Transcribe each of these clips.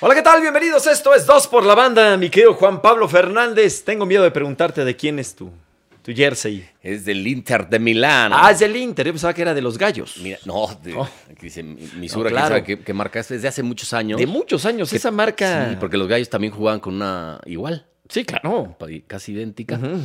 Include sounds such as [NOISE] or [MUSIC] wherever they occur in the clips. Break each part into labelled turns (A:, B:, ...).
A: Hola, ¿qué tal? Bienvenidos. Esto es Dos por la Banda. Mi querido Juan Pablo Fernández, tengo miedo de preguntarte de quién es tu, tu jersey.
B: Es del Inter de Milán.
A: Ah, es del Inter. Yo pensaba que era de los gallos.
B: Mira, no, de-
A: No.
B: aquí dice mi- Misura,
A: No, claro.
B: que, sabe que- que marca es desde hace muchos años.
A: de muchos años.
B: Que-
A: Esa marca.
B: Sí, porque los gallos también jugaban con una igual,
A: Sí, claro.
B: pa- casi idéntica.
A: Ujú, ujú.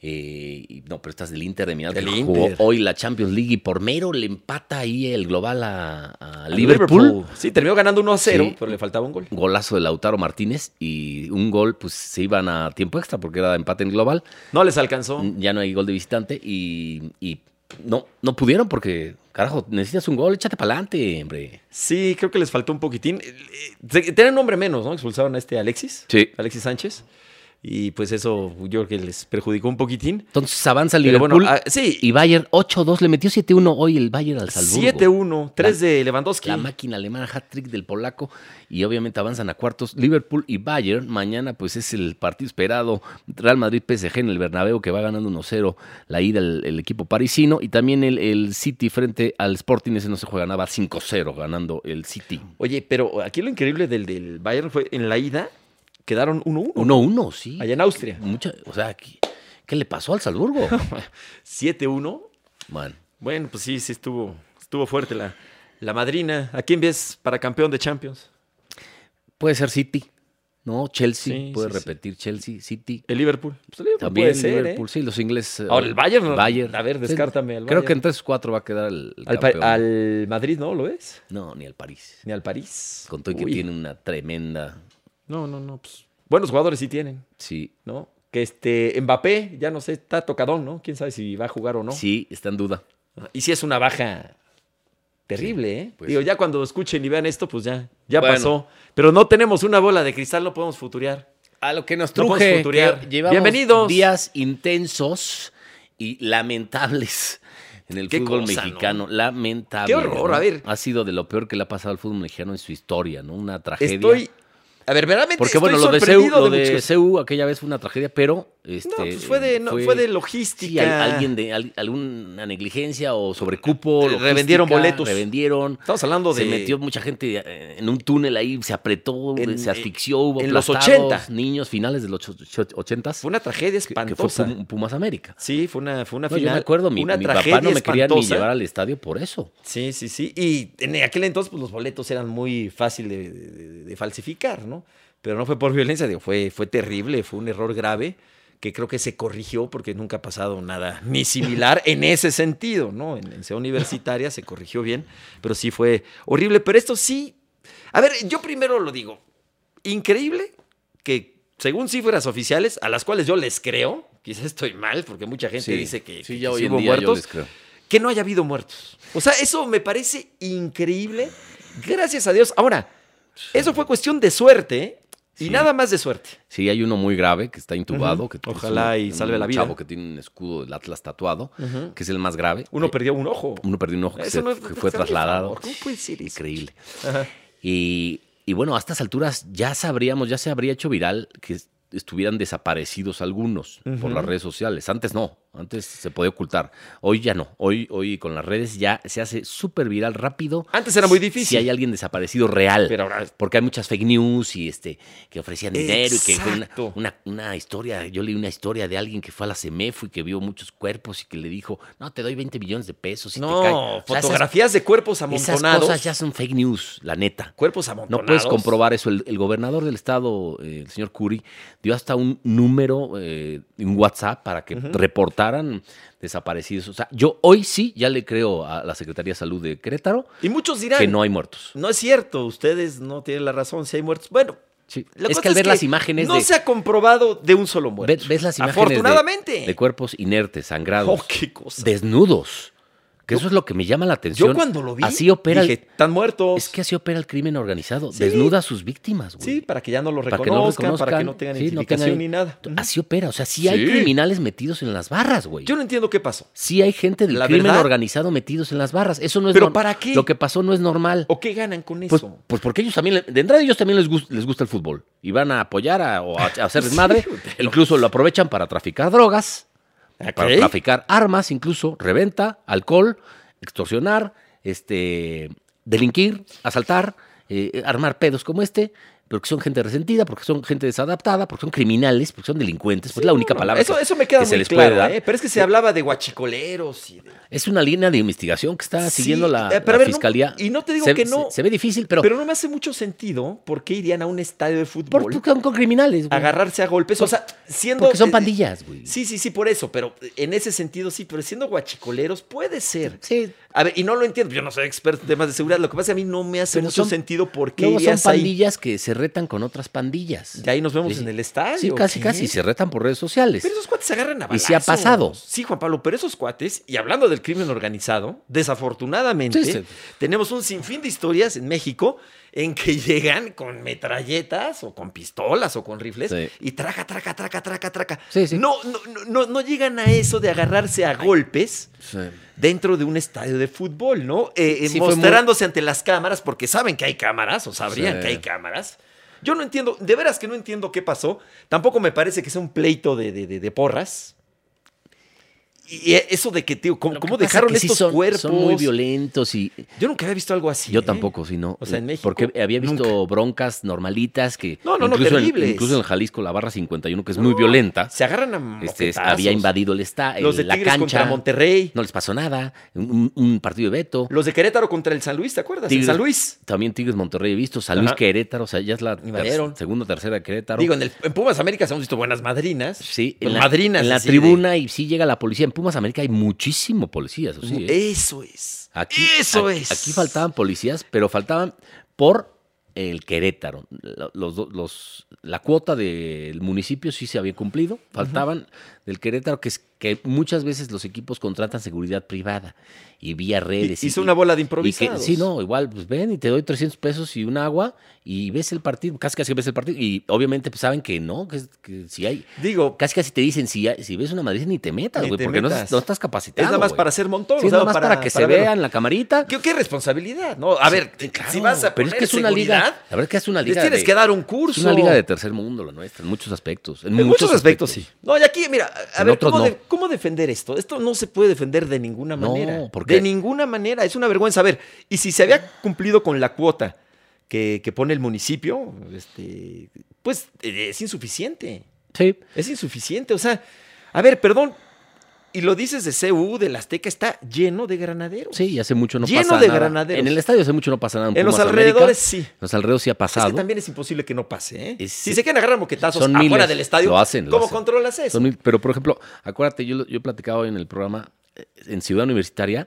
B: Eh, y no, pero estás del Inter de Milán,
A: Del
B: que
A: Inter.
B: jugó hoy la Champions League y por mero le empata ahí el global a, a
A: Al
B: Liverpool.
A: Sí, terminó ganando 1 a 0,
B: Sí.
A: pero le faltaba un gol.
B: Golazo de Lautaro Martínez y un gol, pues se iban a tiempo extra porque era empate en global.
A: No les alcanzó.
B: Ya no hay gol de visitante y, y no, no pudieron porque, carajo, necesitas un gol, échate para adelante, hombre.
A: Sí, creo que les faltó un poquitín. Eh, eh, Tienen un hombre menos, ¿no? Expulsaron a este Alexis.
B: Sí.
A: Alexis Sánchez. Y pues eso yo creo que les perjudicó un poquitín.
B: Entonces avanza el
A: Pero
B: Liverpool
A: bueno, ah, sí.
B: y Bayern 8-2, le metió 7-1 hoy el Bayern al Salzburgo.
A: 7-1, 3 de Lewandowski.
B: La máquina alemana, hat-trick del polaco y obviamente avanzan a cuartos Liverpool y Bayern. Mañana pues es el partido esperado Real Madrid-PSG en el Bernabéu que va ganando 1-0 la ida el, el equipo parisino y también el, el City frente al Sporting, ese no se juega nada, va 5-0 ganando el City.
A: Oye, pero aquí lo increíble del, del Bayern fue en la ida quedaron 1-1.
B: 1-1, sí.
A: Allá en Austria.
B: Mucha- o sea, ¿qué, qué le pasó al Salzburgo?
A: [LAUGHS] 7-1.
B: bueno,
A: Bueno, pues sí, sí estuvo, estuvo fuerte la, la madrina. ¿A quién ves para campeón de Champions?
B: puede ser City, ¿no? Chelsea,
A: Sí,
B: puede
A: sí, sí.
B: repetir Chelsea, City.
A: El Liverpool. Pues el Liverpool
B: También
A: puede ser, ¿eh?
B: Liverpool, sí, los ingleses. eh,
A: Ahora, el Bayern, a ver, descártame al
B: Creo
A: Bayern.
B: que en 3-4 va a quedar el, el
A: Al, pa-
B: campeón.
A: al Madrid no lo ves,
B: No, ni al París.
A: ni al París.
B: Con todo y que
A: Uy.
B: tiene una tremenda...
A: No, no, no. Pues, buenos jugadores sí tienen,
B: Sí,
A: ¿no? Que este Mbappé, ya no sé, está tocadón, ¿no? Quién sabe si va a jugar o no.
B: sí, está en duda.
A: Y sí es una baja terrible, ¿eh?
B: pues
A: Digo,
B: sí.
A: ya cuando escuchen y vean esto, pues ya, ya
B: Bueno.
A: pasó. Pero no tenemos una bola de cristal, no podemos futurear.
B: A lo que nos
A: No podemos
B: truje,
A: futurear.
B: que llevamos
A: Bienvenidos.
B: días intensos y lamentables en el
A: Qué
B: fútbol
A: cosa,
B: mexicano. Lamentable.
A: Qué horror,
B: ¿no?
A: a ver.
B: Ha sido de lo peor que le ha pasado al fútbol mexicano en su historia, ¿no? Una tragedia.
A: Estoy, a ver, verdaderamente
B: Porque
A: estoy
B: bueno, lo de CU,
A: sorprendido
B: lo
A: de,
B: de
A: muchos-
B: CU aquella vez fue una tragedia, pero... Este,
A: No, pues fue de, no, fue, de logística.
B: Sí, al- alguien de al- alguna negligencia o sobrecupo. logística,
A: Revendieron boletos.
B: Revendieron.
A: Estamos hablando de...
B: Se metió mucha gente eh, en un túnel ahí, se apretó,
A: En- eh,
B: se asfixió, hubo
A: en los
B: aplastados,
A: 80.
B: Niños, finales de los och- och- 80
A: Fue una tragedia
B: que, que fue
A: espantosa.
B: Pum- Pumas América.
A: Sí, fue una, fue una
B: No,
A: final.
B: yo me acuerdo, mi,
A: una
B: mi papá no me quería ni llevar al estadio por eso.
A: Sí, sí, sí. Y en aquel entonces, pues los boletos eran muy fácil de, de- de- de falsificar, ¿no? Pero no fue por violencia, digo, fue, fue terrible, fue un error grave que creo que se corrigió porque nunca ha pasado nada ni similar en ese sentido, ¿no? En, en Ciudad Universitaria se corrigió bien, pero sí fue horrible. Pero esto sí. A ver, yo primero lo digo. Increíble que, según cifras oficiales, a las cuales yo les creo, quizás estoy mal, porque mucha gente dice que, que- que sí hubo muertos que no haya habido muertos. O sea, eso me parece increíble. Gracias a Dios. Ahora, eso fue cuestión de suerte ¿eh? y
B: Sí.
A: nada más de suerte.
B: Sí, hay uno muy grave que está intubado.
A: Ujú.
B: que es
A: Ojalá
B: un-
A: y salve
B: un
A: la vida.
B: chavo que tiene un escudo del Atlas tatuado, que es el más grave.
A: Uno
B: Eh,
A: perdió un ojo.
B: uno perdió un ojo que,
A: Eso
B: se-
A: no es-
B: que fue
A: por
B: trasladado.
A: favor, ¿cómo puede ser eso?
B: Increíble.
A: Ajá.
B: Y, y bueno, a estas alturas ya sabríamos, ya se habría hecho viral que es- estuvieran desaparecidos algunos por las redes sociales. Antes no, antes se podía ocultar. Hoy ya no. Hoy, hoy con las redes ya se hace súper viral rápido.
A: Antes era muy
B: si-
A: difícil.
B: Si hay alguien desaparecido real.
A: Pero ahora-
B: Porque hay muchas fake news y este que ofrecían dinero y que fue una,
A: Exacto.
B: una- una historia, yo leí una historia de alguien que fue a la CEMEFO y que vio muchos cuerpos y que le dijo, no, te doy 20 millones de pesos. Si te cae".
A: No,
B: O sea, esas-
A: fotografías de cuerpos
B: esas
A: amontonados.
B: cosas ya son fake news, la neta.
A: Cuerpos
B: No
A: amontonados.
B: puedes comprobar eso. El, el gobernador del estado, eh, el señor Curi, dio hasta un número, eh, un WhatsApp para que reportaran desaparecidos. O sea, yo hoy sí ya le creo a la Secretaría de Salud de Querétaro
A: Y muchos dirán,
B: que
A: no,
B: no hay muertos.
A: es cierto, ustedes no tienen la razón si hay muertos. Bueno,
B: Sí.
A: la
B: Es
A: cosa
B: que al ver las imágenes
A: no
B: de...
A: se ha comprobado de un solo
B: ve-
A: muerto.
B: ves las imágenes de-
A: Afortunadamente.
B: De, cuerpos inertes, sangrados,
A: Oh, qué cosa.
B: desnudos. Que eso es lo que me llama la atención.
A: Yo cuando lo vi,
B: así opera el-
A: dije, están muertos.
B: es que así opera el crimen organizado.
A: Sí.
B: Desnuda a sus víctimas, güey.
A: Sí, para que ya no lo
B: Para
A: reconozcan,
B: que
A: para
B: no
A: que no,
B: reconozcan,
A: tengan
B: sí, no
A: identificación
B: tengan-
A: ni nada. Ujú.
B: Así opera. O sea, sí, hay
A: Sí.
B: criminales metidos en las barras, güey.
A: Yo no entiendo qué pasó.
B: Sí hay gente del
A: La
B: crimen
A: verdad.
B: organizado metidos en las barras. Eso no es
A: ¿Pero
B: nor-
A: para qué?
B: Lo que pasó no es normal.
A: ¿O qué ganan con
B: Pues,
A: eso?
B: pues porque ellos también, le- de entrada ellos también les, gus- les gusta el fútbol y van a apoyar a- o a, a
A: [LAUGHS]
B: hacer desmadre. incluso lo aprovechan para traficar drogas, para
A: Ok.
B: traficar armas, incluso reventa, alcohol, extorsionar, este, delinquir, asaltar, eh, armar pedos como este. pero que son gente resentida, porque son gente desadaptada, porque son criminales, porque son delincuentes. pues es la única
A: No, no,
B: palabra.
A: Eso,
B: que-
A: eso me queda
B: que
A: muy
B: se les
A: claro,
B: puede dar.
A: ¿eh? Pero es que se hablaba de guachicoleros y de-
B: Es una línea de investigación que está
A: Sí,
B: siguiendo la,
A: eh, pero
B: la
A: a ver, no-
B: fiscalía.
A: y no te digo
B: Se-
A: que
B: se-
A: no-
B: Se, ve difícil, pero.
A: Pero no me hace mucho sentido por qué irían a un estadio de fútbol
B: porque son con criminales,
A: a
B: güey.
A: agarrarse a golpes. o sea, siendo.
B: Porque son
A: eh,
B: pandillas, güey.
A: Sí, sí, sí, por eso. Pero en ese sentido sí, pero siendo guachicoleros puede ser.
B: Sí,
A: A ver, y no lo entiendo. Yo no soy experto en temas de seguridad. Lo que pasa es que a mí no me hace
B: Pero
A: mucho
B: son-
A: sentido por qué
B: Luego son
A: irías ahí.
B: pandillas que se retan con otras pandillas.
A: Y ahí nos vemos
B: Sí.
A: en el estadio.
B: Sí, casi,
A: ¿qué?
B: casi. Se retan por redes sociales.
A: Pero esos cuates se agarran a
B: Y
A: balazos.
B: sí ha pasado.
A: Sí, Juan Pablo, pero esos cuates, y hablando del crimen organizado, desafortunadamente,
B: Sí, sí.
A: tenemos un sinfín de historias en México en que [LAUGHS] llegan con metralletas o con pistolas o con rifles
B: Sí.
A: y traca, traca, traca, traca, traca.
B: Sí, sí.
A: No, no, no, no, no llegan a eso de agarrarse a golpes
B: Sí.
A: dentro de un estadio de fútbol, ¿no? Eh, eh,
B: Sí, fue muy-
A: mostrándose ante las cámaras, porque saben que hay cámaras, o sabrían
B: Sí.
A: que hay cámaras. Yo no entiendo, de veras que no entiendo qué pasó. Tampoco me parece que sea un pleito de, de- de- de porras. Y eh, eso de que, tío, ¿cómo,
B: Lo
A: cómo
B: que pasa
A: dejaron
B: es que sí
A: estos
B: son,
A: cuerpos?
B: Son muy violentos y
A: Yo nunca había visto algo así.
B: yo
A: ¿eh?
B: tampoco, si no.
A: O sea, en México,
B: Porque había visto broncas normalitas que.
A: No, no, no,
B: incluso
A: terribles.
B: En, incluso en Jalisco, la barra 51, que es muy violenta,
A: Se agarran a
B: este,
A: moquetazos.
B: había invadido el esta,
A: Los de
B: el- la
A: Tigres contra
B: cancha.
A: Monterrey.
B: No les pasó nada. Un, un partido de Beto.
A: Los de Querétaro contra el San Luis, ¿te acuerdas? El
B: Tigres-
A: San Luis.
B: También Tigres Monterrey he visto. San Luis
A: Ajá.
B: Querétaro. O sea, ya es la ter-
A: Invadieron.
B: segunda o tercera de Querétaro.
A: Digo, en, el- en Pumas Américas hemos visto buenas madrinas.
B: Sí,
A: Pero
B: en la,
A: madrinas.
B: en la
A: así de-
B: tribuna y sí llega la policía. En Pumas América hay muchísimo policías. eso sí, ¿eh?
A: Eso es. Eso
B: aquí-
A: es.
B: Aquí faltaban policías, pero faltaban por el Querétaro. Lo- Los, do- los- la cuota del municipio sí se había cumplido. Faltaban del Querétaro, que, es, que muchas veces los equipos contratan seguridad privada y vía redes. y-
A: Hizo una bola de
B: y que-
A: improvisados.
B: sí, no, igual, pues ven y te doy 300 pesos y un agua y ves el partido, casi casi ves el partido y obviamente pues, saben que no, que, es- que si hay,
A: Digo,
B: casi casi te dicen, si, hay- si ves una madriz ni te metas,
A: Ni
B: güey,
A: te
B: porque no,
A: metas.
B: estás- no estás capacitado.
A: es nada más
B: güey.
A: para hacer montón.
B: Sí,
A: o sea,
B: nada más para, que se
A: verlo.
B: vean la camarita.
A: ¿Qué, qué responsabilidad, ¿no? A ver, si vas a
B: Pero
A: poner
B: es que es una liga,
A: seguridad,
B: la verdad es que es una liga
A: les tienes
B: de-
A: que dar un
B: es
A: curso.
B: una liga de tercer mundo la nuestra, en muchos aspectos. En,
A: En muchos aspectos, sí. No, y aquí, mira, a
B: En
A: ver,
B: otros
A: ¿cómo,
B: no.
A: de- cómo defender esto? Esto no se puede defender de ninguna
B: No,
A: manera.
B: ¿por
A: De
B: qué?
A: ninguna manera. Es una vergüenza. A ver, y si se había cumplido con la cuota que, que pone el municipio, este, pues eh, es insuficiente.
B: Sí.
A: Es insuficiente. O sea, a ver, perdón. Y lo dices de CU, del Azteca, está lleno de granaderos.
B: Sí, y hace mucho no
A: Lleno
B: pasa
A: de
B: nada.
A: granaderos.
B: En el estadio hace mucho no pasa nada.
A: En los
B: Pumas América.
A: alrededores, sí.
B: En los alrededores sí ha
A: Es
B: pasado.
A: que también es imposible que no pase, ¿eh?
B: Es-
A: si se quieren agarrar moquetazos
B: son
A: afuera
B: miles.
A: del estadio,
B: Lo hacen, lo
A: ¿cómo
B: hacen.
A: controlas eso?
B: Son mil- pero, por ejemplo, acuérdate, yo, lo- yo platicaba hoy en el programa, eh, en Ciudad Universitaria,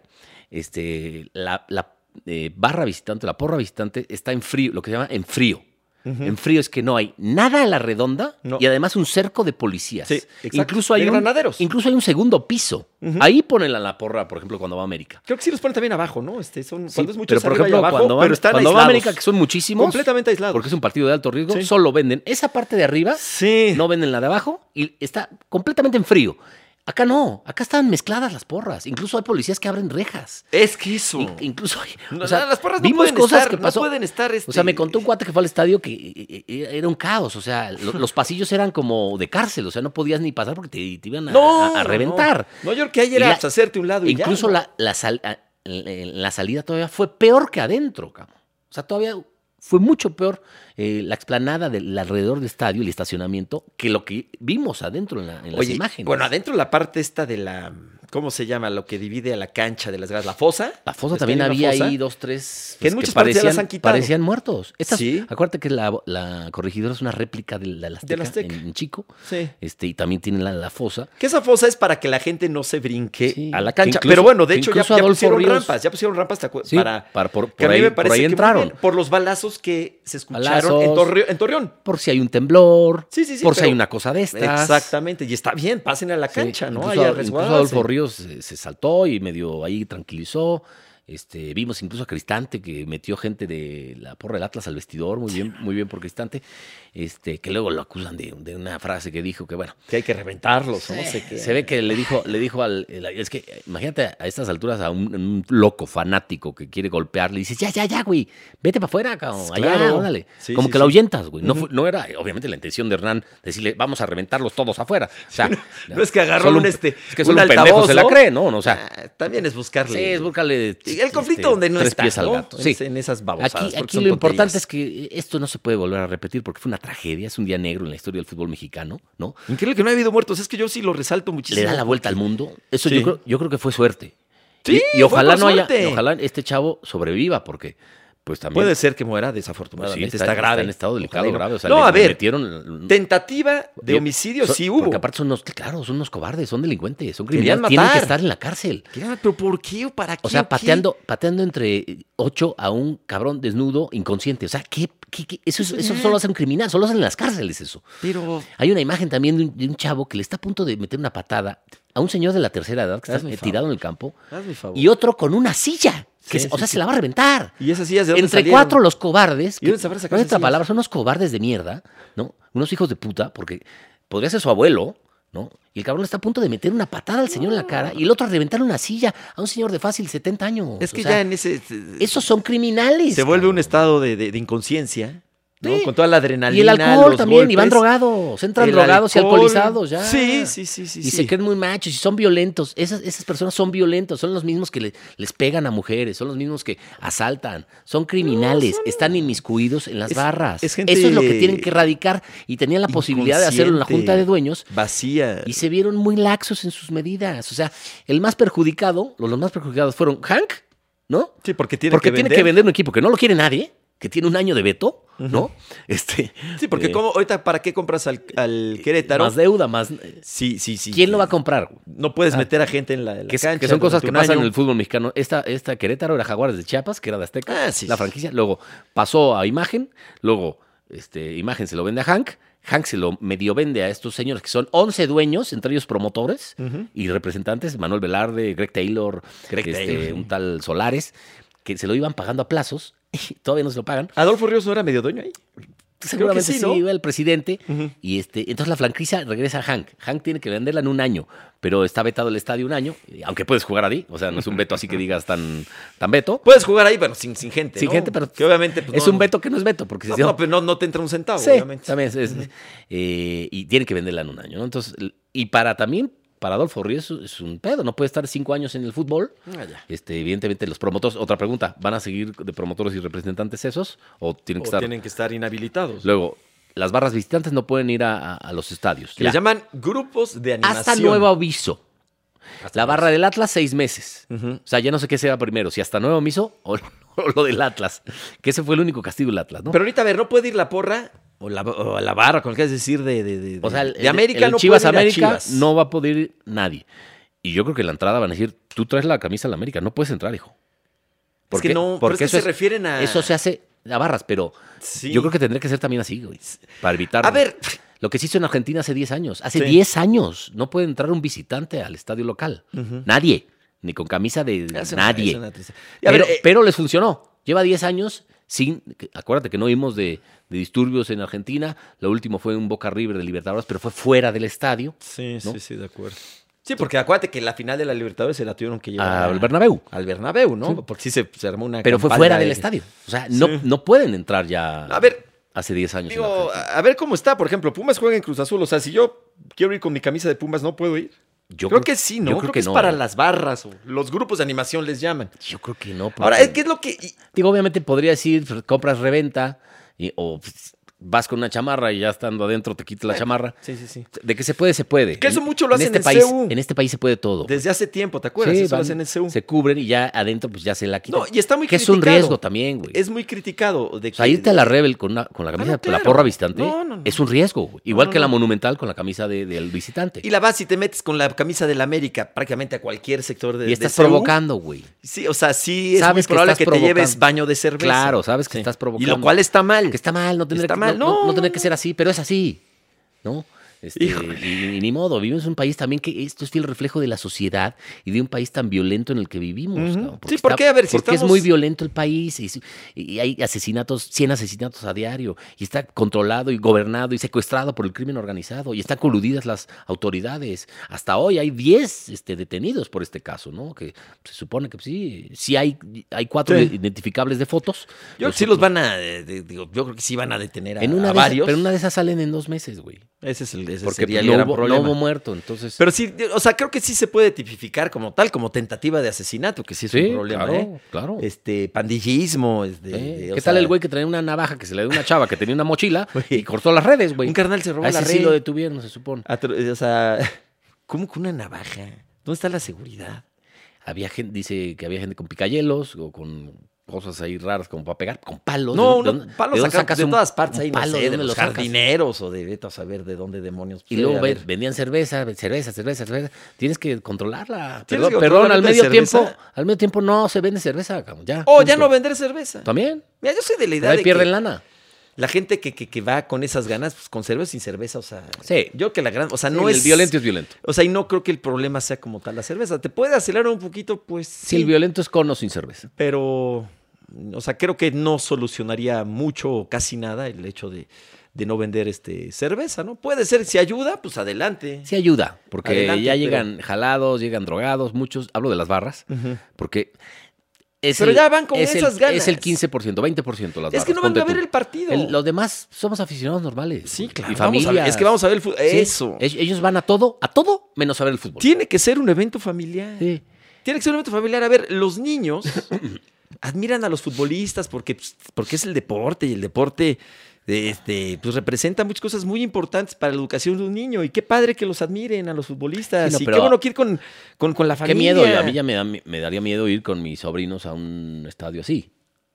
B: este, la, la, eh, barra visitante, la porra visitante, está en frío, lo que se llama en frío.
A: Ujú.
B: En frío es que no hay nada en la redonda
A: No.
B: y además un cerco de policías.
A: Sí, exacto,
B: incluso hay
A: de
B: un,
A: granaderos.
B: Incluso hay un segundo piso.
A: Ujú.
B: Ahí ponen a la porra, por ejemplo, cuando va a América.
A: Creo que sí los ponen también abajo, ¿no? Este, son,
B: Sí,
A: cuando es mucho
B: pero
A: es
B: por
A: arriba y
B: ejemplo,
A: abajo,
B: cuando, va,
A: pero están
B: cuando va a
A: aislados.
B: América, que son muchísimos,
A: completamente aislados.
B: porque es un partido de alto riesgo,
A: Sí.
B: solo venden esa parte de arriba
A: Sí.
B: no venden la de abajo y está completamente en frío. Acá no, acá están mezcladas las porras. Incluso hay policías que abren rejas.
A: es que eso.
B: In- incluso hay,
A: No,
B: o sea,
A: nada, las porras no
B: vimos
A: pueden
B: cosas
A: estar,
B: que
A: no
B: pasó.
A: pueden estar,
B: O sea, me
A: este-
B: contó un cuate que fue al estadio que eh, eh, era un caos. O sea,
A: [LAUGHS]
B: lo- los pasillos eran como de cárcel. O sea, no podías ni pasar porque te, te iban a, a- a reventar.
A: No, yo creo que ahí
B: Y
A: era
B: la-
A: pues, hacerte un lado y ya,
B: Incluso
A: ¿no?
B: la, la sal- a- la salida todavía fue peor que adentro, cabrón. O sea, todavía fue mucho peor eh, la explanada del alrededor del estadio y el estacionamiento que lo que vimos adentro en, la, en las
A: Oye,
B: imágenes.
A: bueno, adentro la parte esta de la... ¿Cómo se llama? Lo que divide a la cancha de las gradas. ¿La fosa?
B: La fosa
A: Está
B: también
A: en una
B: había
A: fosa.
B: ahí dos, tres. pues,
A: Que en muchas partes ya las han quitado.
B: Parecían muertos. Estas,
A: Sí.
B: Acuérdate que la, la corregidora es una réplica de la, de la Azteca,
A: De la Azteca.
B: En, en Chico.
A: Sí.
B: Este, y también tiene la, la fosa.
A: Que esa fosa es para que la gente no se brinque
B: Sí.
A: a la
B: Que
A: cancha.
B: incluso-
A: Pero bueno, de
B: que
A: hecho ya,
B: incluso
A: ya
B: Adolfo
A: pusieron
B: Ríos-
A: rampas, ya pusieron rampas ¿te acuer-
B: Sí,
A: para...
B: para- por,
A: que
B: por
A: a mí
B: ahí,
A: me
B: por
A: parece
B: ahí
A: que muy
B: entraron.
A: bien, por los balazos que se escucharon
B: Balazos.
A: en, Torreo- en Torreón.
B: Por si hay un temblor.
A: Sí, sí, sí,
B: Por si
A: pero-
B: hay una cosa de estas.
A: Exactamente, y está bien, pasen a la
B: Sí,
A: cancha, ¿no?
B: Incluso,
A: Ahí a
B: Ad- incluso
A: resguardarse.
B: Adolfo Ríos eh, se saltó y medio ahí tranquilizó. Este, vimos incluso a Cristante que metió gente de la porra del Atlas al vestidor, muy bien, muy bien por Cristante, este, que luego lo acusan de, de una frase que dijo que bueno,
A: Que hay que reventarlos, o no sé qué.
B: se ve que le dijo, le dijo al, el- es que eh, imagínate a estas alturas a un, un loco fanático que quiere golpearle y dices, ya, ya, ya, güey, vete para afuera, cabrón, allá,
A: Claro.
B: órale.
A: Sí,
B: Como
A: sí,
B: que la
A: sí.
B: ahuyentas, güey. No, fue- no era, eh, obviamente, la intención de Hernán decirle, vamos a reventarlos todos afuera. O sea,
A: no es que agarró
B: solo
A: un, este,
B: es que
A: un
B: solo un pendejo
A: altavoz,
B: se la
A: ¿no?
B: cree, ¿no? No, O sea,
A: Ah, también es buscarle.
B: sí, es búscale este,
A: el conflicto donde no
B: tres
A: está,
B: pies al
A: ¿no? Pues
B: gato,
A: En,
B: sí.
A: ese- en esas babosadas.
B: Aquí,
A: porque
B: aquí
A: son
B: lo importante
A: tonterías.
B: es que esto no se puede volver a repetir porque fue una tragedia, es un día negro en la historia del fútbol mexicano, ¿no?
A: Increíble que no haya habido muertos. Es que yo sí lo resalto muchísimo.
B: Le da la vuelta al mundo. Eso
A: Sí.
B: yo, creo, yo creo que fue suerte.
A: Sí,
B: y, y
A: fue
B: ojalá
A: por
B: no haya,
A: suerte.
B: y ojalá este chavo sobreviva porque pues también
A: Puede ser que muera,
B: pues, sí,
A: desafortunadamente. está, grave.
B: en estado delicado,
A: Ojalá y no.
B: grave. O sea,
A: no,
B: le-
A: a
B: le
A: ver,
B: metieron-
A: tentativa de
B: Oye,
A: homicidio
B: son-
A: sí hubo.
B: Porque aparte son unos, claro, son unos cobardes, son delincuentes, son
A: Querían
B: criminales. Tienen que
A: matar.
B: estar en la cárcel.
A: ¿Qué? Ah, ¿Pero por qué o para qué?
B: O sea,
A: qué?
B: pateando, pateando entre 8 a un cabrón desnudo, inconsciente. O sea, ¿qué, qué- qué? Eso, es- eso solo hace un criminal, solo hacen en las cárceles eso.
A: Pero
B: Hay una imagen también de un, de un chavo que le está a punto de meter una patada a un señor de la tercera edad que está
A: Hazme
B: eh,
A: favor.
B: tirado en el campo
A: hazme favor.
B: y otro con una silla. Que
A: Sí,
B: se- o
A: sí,
B: sea,
A: sí.
B: se la va a reventar.
A: ¿Y esas sillas de dónde
B: Entre
A: salieron?
B: cuatro los cobardes.
A: ¿Y dónde se habrá
B: no
A: sacado
B: hay
A: esas
B: otra
A: sillas?
B: palabra, son unos cobardes de mierda, ¿no? Unos hijos de puta, porque podría ser su abuelo, ¿no? Y el cabrón está a punto de meter una patada al señor en la cara y el otro a reventar una silla a un señor de fácil 70 años.
A: Es que
B: O sea,
A: ya en ese. eh,
B: Esos son criminales.
A: se vuelve
B: cabrón.
A: un estado de, de- de inconsciencia. ¿no?
B: Sí.
A: Con toda la adrenalina.
B: Y el alcohol
A: los
B: también, y
A: golpes,
B: van drogados, entran
A: el
B: drogados y
A: alcohol.
B: alcoholizados ya.
A: Sí, sí, sí, sí.
B: Y
A: sí.
B: se creen muy machos y son violentos. Esas, esas personas son violentos, son los mismos que le- les pegan a mujeres, son los mismos que asaltan, son criminales, están inmiscuidos en las
A: es-
B: barras.
A: es gente
B: Eso es lo que tienen que erradicar y tenían la posibilidad de hacerlo en la
A: inconsciente,
B: Junta de Dueños
A: Vacía.
B: y se vieron muy laxos en sus medidas. O sea, el más perjudicado, los, los más perjudicados fueron Hank, ¿no?
A: Sí, porque tiene
B: Porque
A: que
B: tiene
A: vender.
B: que vender un equipo que no lo quiere nadie, que tiene un año de veto, ¿no? Este,
A: Sí, porque
B: eh,
A: como ahorita, ¿para qué compras al, al Querétaro?
B: Más deuda, más...
A: Sí, sí, sí.
B: ¿Quién lo va a comprar?
A: No puedes
B: Ah.
A: meter a gente en la, en la
B: que, es-
A: cancha.
B: que son cosas
A: durante
B: que
A: un
B: pasan
A: año.
B: en el fútbol mexicano. Esta, esta Querétaro era Jaguares de Chiapas, que era de Azteca,
A: Ah, sí,
B: la
A: sí,
B: franquicia. Luego pasó a Imagen, luego este, Imagen se lo vende a Hank, Hank se lo medio vende a estos señores que son 11 dueños, entre ellos promotores
A: Ujú.
B: y representantes, Manuel Velarde, Greg Taylor,
A: Greg
B: este,
A: Taylor.
B: un tal Solares, que se lo iban pagando a plazos [LAUGHS] y todavía no se lo pagan.
A: Adolfo Ríos no era medio dueño ahí.
B: Seguramente
A: sí,
B: sí,
A: ¿no?
B: iba el presidente.
A: Ujú.
B: Y este, entonces la franquicia regresa a Hank. Hank tiene que venderla en un año, pero está vetado el estadio un año, y aunque puedes jugar ahí. O sea, no es un veto así que digas tan, tan veto.
A: Puedes jugar ahí, pero sin, sin gente.
B: Sin
A: Este, ¿no?
B: gente, pero
A: Que obviamente. pues,
B: es
A: no-
B: un veto que no es veto, porque
A: No,
B: si
A: no, pero no, no te entra un centavo,
B: Sí,
A: obviamente.
B: también es- es- eh, y tiene que venderla en un año. ¿no? Entonces, l- y para también, para Adolfo Ríos es un pedo, no puede estar cinco años en el fútbol.
A: Ah, ya.
B: Este, evidentemente, los promotores, otra pregunta, ¿van a seguir de promotores y representantes esos? ¿O tienen que
A: O
B: estar?
A: tienen que estar inhabilitados.
B: Luego, las barras visitantes no pueden ir a, a- a los estadios.
A: Le
B: Ya.
A: llaman grupos de animación.
B: Hasta nuevo aviso.
A: Hasta
B: La
A: nuevo Mm.
B: barra del Atlas, seis meses.
A: Ujú.
B: O sea, ya no sé qué será primero, si hasta nuevo aviso o, [LAUGHS] o lo del Atlas. Que ese fue el único castigo del Atlas, ¿no?
A: Pero ahorita, a ver, no puede ir la porra o la, o la barra, con lo que es decir, de, de, de,
B: o sea, el,
A: de
B: el-
A: América
B: el
A: no
B: Chivas
A: puede ir a
B: América
A: Chivas.
B: no va a poder ir nadie. Y yo creo que en la entrada van a decir, tú traes la camisa de la América, no puedes entrar, hijo.
A: Es que no, porque
B: eso
A: se
B: es-
A: refieren a.
B: Eso se hace a barras, pero
A: Sí.
B: yo creo que tendría que ser también así, güey, para evitar.
A: A ver,
B: Lo que se hizo en Argentina hace 10 años. Hace
A: Sí.
B: 10 años no puede entrar un visitante al estadio local.
A: Ujú.
B: Nadie. Ni con camisa de
A: es una-
B: nadie.
A: es una tristeza. Y a
B: pero,
A: ver, eh,
B: pero les funcionó. Lleva 10 años sin... que- Acuérdate que no vimos de, de disturbios en Argentina. Lo último fue un Boca River de Libertadores, pero fue fuera del estadio.
A: Sí,
B: ¿no?
A: sí, sí, de acuerdo. Sí, porque acuérdate que la final de la Libertadores se la tuvieron que llevar
B: Al
A: a-
B: Bernabéu.
A: al Bernabéu, ¿no?
B: Sí.
A: Porque sí se, se armó una.
B: Pero fue
A: campal
B: fuera
A: de-
B: del estadio. O sea, no,
A: Sí.
B: no pueden entrar ya
A: A ver,
B: hace 10 años. en
A: digo,
B: Argentina.
A: a ver cómo está. Por ejemplo, Pumas juega en Cruz Azul. O sea, si yo quiero ir con mi camisa de Pumas, ¿no puedo ir?
B: Yo
A: creo, que sí, ¿no?
B: yo
A: creo, que, es para
B: ¿eh?
A: las barras o los grupos de animación les llaman.
B: Yo creo que no.
A: Ahora,
B: porque-
A: ¿qué es lo que...? y-
B: Digo, obviamente podría decir, pues, compras reventa y- o pues, vas con una chamarra y ya estando adentro te quitas la chamarra.
A: Sí, sí, sí.
B: De que se puede, se puede.
A: Que eso
B: En-
A: mucho lo hacen
B: este
A: en
B: país,
A: CU.
B: En este país se puede todo.
A: Desde hace tiempo, ¿te acuerdas?
B: Sí,
A: Eso
B: van,
A: lo hacen en CEU.
B: Se cubren y ya adentro pues ya se la quitan.
A: No, y está muy
B: Que es un
A: criticado.
B: riesgo también, güey.
A: Es muy criticado. De
B: O sea,
A: que-
B: irte a la Rebel con, una- con la camisa,
A: no,
B: con la
A: claro.
B: porra visitante,
A: No, no, no.
B: es un riesgo. güey. Igual
A: no,
B: que la
A: no.
B: monumental con la camisa de- del visitante.
A: Y la vas y te metes con la camisa del América prácticamente a cualquier sector de
B: Y estás
A: de CU.
B: provocando, güey.
A: Sí, o sea, sí es
B: Sabes
A: muy
B: que
A: probable
B: estás
A: que, te
B: provocando.
A: lleves baño de cerveza.
B: Claro, sabes que
A: Sí.
B: estás
A: Y
B: provocando.
A: lo cual está mal.
B: Que está mal, no tendría,
A: Está
B: que,
A: mal,
B: no, no-
A: no,
B: no tendría
A: no,
B: que
A: no.
B: ser así, pero es así, ¿no? Este,
A: Híjole.
B: y, y ni modo, vivimos en un país también que esto es fiel reflejo de la sociedad y de un país tan violento en el que vivimos.
A: Ujú.
B: cabrón, porque
A: Sí, ¿por qué? A ver, si
B: Porque es
A: estamos-
B: muy violento el país y, si- y hay asesinatos, 100 asesinatos a diario y está controlado y gobernado y secuestrado por el crimen organizado y están coludidas las autoridades. Hasta hoy hay 10 este, detenidos por este caso, ¿no? Que se supone que pues, sí, sí hay, hay cuatro
A: Sí.
B: identificables de fotos.
A: Yo creo que sí los van a... eh, de- digo, yo creo que sí van a detener a,
B: En una
A: a
B: de esas-
A: varios.
B: pero en una de esas salen en dos meses, güey.
A: Ese es el, Ese
B: Porque pues,
A: sería el
B: no
A: gran
B: hubo, no
A: problema.
B: hubo muerto, entonces.
A: Pero sí, o sea, creo que sí se puede tipificar como tal, como tentativa de asesinato, que sí es un problema,
B: claro,
A: ¿eh?
B: claro.
A: Este, pandillismo. este,
B: Eh,
A: de-
B: ¿Qué
A: o
B: tal
A: sea,
B: el güey que traía una navaja que se le dio una chava que tenía una mochila
A: [LAUGHS] Güey.
B: y cortó las redes, güey?
A: Un carnal se robó
B: A
A: la
B: ese
A: red.
B: sí lo detuvieron, se supone.
A: Atro- eh, O sea, [LAUGHS] ¿cómo que una navaja? ¿Dónde está la seguridad?
B: Había gente, dice que había gente con picayelos o con cosas ahí raras como para pegar, con palos.
A: No,
B: ¿De dónde-
A: uno-
B: de dónde-
A: palos
B: de dónde
A: sacados
B: sacas
A: de
B: un-
A: todas partes
B: un
A: ahí, no
B: palo?
A: sé,
B: ¿De
A: de,
B: dónde
A: los
B: lo sacas?
A: jardineros o de vete a saber de dónde demonios.
B: Y
A: pues,
B: luego
A: a
B: ve-
A: ver.
B: vendían cerveza, ve- cerveza, cerveza, cerveza. Tienes que controlarla.
A: Tienes
B: Perdón,
A: que
B: perdón,
A: controlar
B: al
A: la
B: medio
A: venta de cerveza.
B: tiempo, al medio tiempo no se vende cerveza, cabrón, ya.
A: O Oh, ya no
B: venden.
A: vender cerveza.
B: También.
A: Mira, yo soy de la idea
B: Ahí
A: de que
B: pierden lana.
A: la gente que, que- que va con esas ganas, pues con cerveza o sin cerveza, o sea,
B: Sí.
A: yo que la gran, o sea,
B: Sí,
A: no
B: El
A: es
B: violento es violento.
A: O sea, y no creo que el problema sea como tal la cerveza. Te puede acelerar un poquito, pues
B: Si el
A: sí,
B: violento es con o sin cerveza.
A: pero, o sea, creo que no solucionaría mucho o casi nada el hecho de, de no vender este cerveza, ¿no? Puede ser, si ayuda, pues adelante.
B: Sí ayuda, porque
A: Adelante,
B: ya
A: pero-
B: llegan jalados, llegan drogados, muchos, hablo de las barras,
A: Ujú.
B: porque es
A: Pero
B: el,
A: ya van con
B: es
A: esas
B: el,
A: ganas.
B: Es el 15%, 20% las barras.
A: Es que no van
B: ponte
A: a ver
B: tú.
A: Pues, el partido.
B: El- los demás somos aficionados normales.
A: Sí, claro.
B: Y
A: vamos a ver-
B: familia.
A: es que vamos a ver el fútbol. Eso.
B: Ellos van a todo, a todo, menos a ver el fútbol.
A: Tiene que ser un evento familiar.
B: Sí.
A: Tiene que ser un evento familiar. A ver, los niños [LAUGHS] admiran a los futbolistas porque, pues, porque es el deporte y el deporte eh, este, pues, representa muchas cosas muy importantes para la educación de un niño. Y qué padre que los admiren a los futbolistas.
B: Sí, no,
A: y
B: pero-
A: qué bueno que ir con, con, con la
B: Qué
A: familia.
B: miedo, a mí ya me, da- me daría miedo ir con mis sobrinos a un estadio así.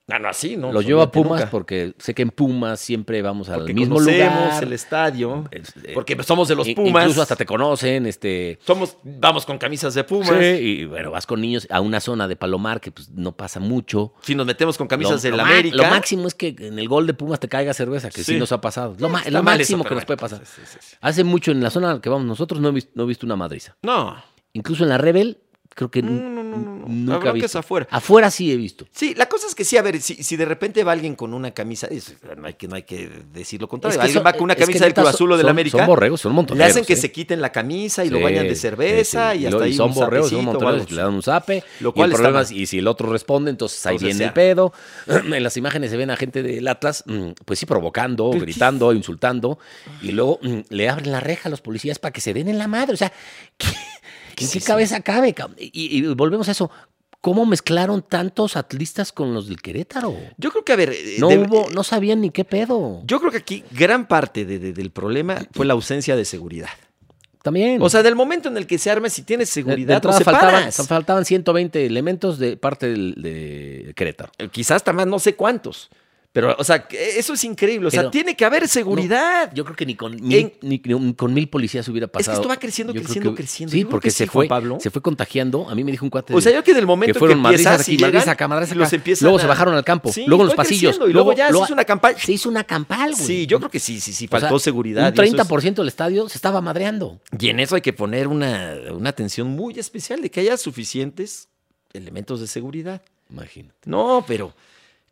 A: Ah, No, no, así, ¿no? pues
B: los llevo a
A: olvídate
B: Pumas
A: nunca.
B: porque sé que en Pumas siempre vamos al
A: Porque
B: mismo
A: conocemos
B: lugar.
A: el estadio.
B: Es- eh,
A: Porque pues, somos de los
B: in-
A: Pumas.
B: Incluso hasta te conocen, este...
A: Somos, vamos con camisas de Pumas.
B: Sí, y bueno, vas con niños a una zona de Palomar que pues, no pasa mucho.
A: Si nos metemos con
B: Lo-
A: camisas del
B: lo ma-
A: América.
B: Lo máximo es que en el gol de Pumas te caiga cerveza, que sí,
A: Sí.
B: nos ha pasado. Lo, ma-
A: Está
B: Ah, lo
A: mal eso,
B: máximo que
A: pero
B: nos puede
A: bueno, pues,
B: pasar.
A: sí, sí, sí.
B: Hace mucho en la zona en la que vamos nosotros no he, vis- no he visto una madriza.
A: No.
B: Incluso en la Rebel, creo que
A: No,
B: n-
A: no, no, no, no. La
B: nunca he
A: bronca
B: visto.
A: es afuera.
B: Afuera sí he visto.
A: Sí, la cosa es que sí, a ver, si, si de repente va alguien con una camisa, es- no, hay que, no hay que decir lo contrario,
B: Es que
A: alguien
B: son-
A: va con una
B: es que
A: camisa del
B: neta
A: Cruz
B: son-
A: Azul o del
B: son-
A: América,
B: Son borregos, son montoneros.
A: le hacen que
B: ¿eh?
A: se quiten la camisa y lo
B: Sí,
A: bañan de cerveza
B: sí, sí.
A: y hasta
B: lo-
A: ahí
B: son
A: un
B: borreos, son
A: sapecito o
B: montoneros,
A: algo.
B: le dan un zape.
A: Lo
B: Lo
A: cual
B: cual
A: está
B: problemas,
A: mal.
B: y si el otro responde, entonces ahí
A: Entonces,
B: viene
A: ya.
B: el pedo. [CLEARS THROAT] En las imágenes se ven a gente del Atlas, mm, pues sí, provocando,
A: Pero
B: gritando, insultando. Y luego mm, le abren la reja a los policías para que se den en la madre. O sea, [LAUGHS] ¿qué, ¿en qué cabeza cabe? cabrón? Y, y volvemos a eso. ¿Cómo mezclaron tantos atlistas con los del Querétaro?
A: Yo creo que, a ver, eh,
B: No
A: de-
B: hubo, no sabían ni qué pedo.
A: yo creo que aquí gran parte de- de- del problema fue la ausencia de seguridad.
B: También.
A: O sea, del momento en el que se arma, si tienes
B: De- de
A: seguridad, no
B: entrada
A: se
B: faltaban,
A: paras.
B: faltaban 120 elementos de parte del, de Querétaro.
A: Eh, Quizás hasta más, no sé cuántos. Pero, o sea, que eso es increíble. O sea,
B: Pero-
A: tiene que haber seguridad.
B: Yo creo que ni con mil,
A: En-
B: ni- ni con mil policías hubiera pasado.
A: esto va creciendo,
B: Yo creo
A: creciendo, creciendo. Yo
B: Sí,
A: creo
B: porque
A: que
B: se,
A: sí, Juan
B: fue,
A: Pablo.
B: se fue contagiando. A mí me dijo un cuate
A: O sea,
B: de-
A: yo que del
B: que
A: momento
B: fueron
A: que
B: madrizas
A: empiezas
B: aquí,
A: y llegan,
B: madriz acá, madriz acá.
A: los empiezan
B: luego
A: a-
B: se bajaron al campo,
A: Sí,
B: luego en los
A: fue
B: pasillos.
A: creciendo, Y luego, ya
B: lo-
A: se hizo una campaña.
B: se hizo una campal, güey.
A: Sí, yo creo que sí, sí, sí, faltó
B: O sea,
A: seguridad.
B: Un
A: y eso es-
B: 30% del estadio se estaba madreando.
A: Y en eso hay que poner una, una atención muy especial de que haya suficientes elementos de seguridad.
B: Imagínate.
A: No, pero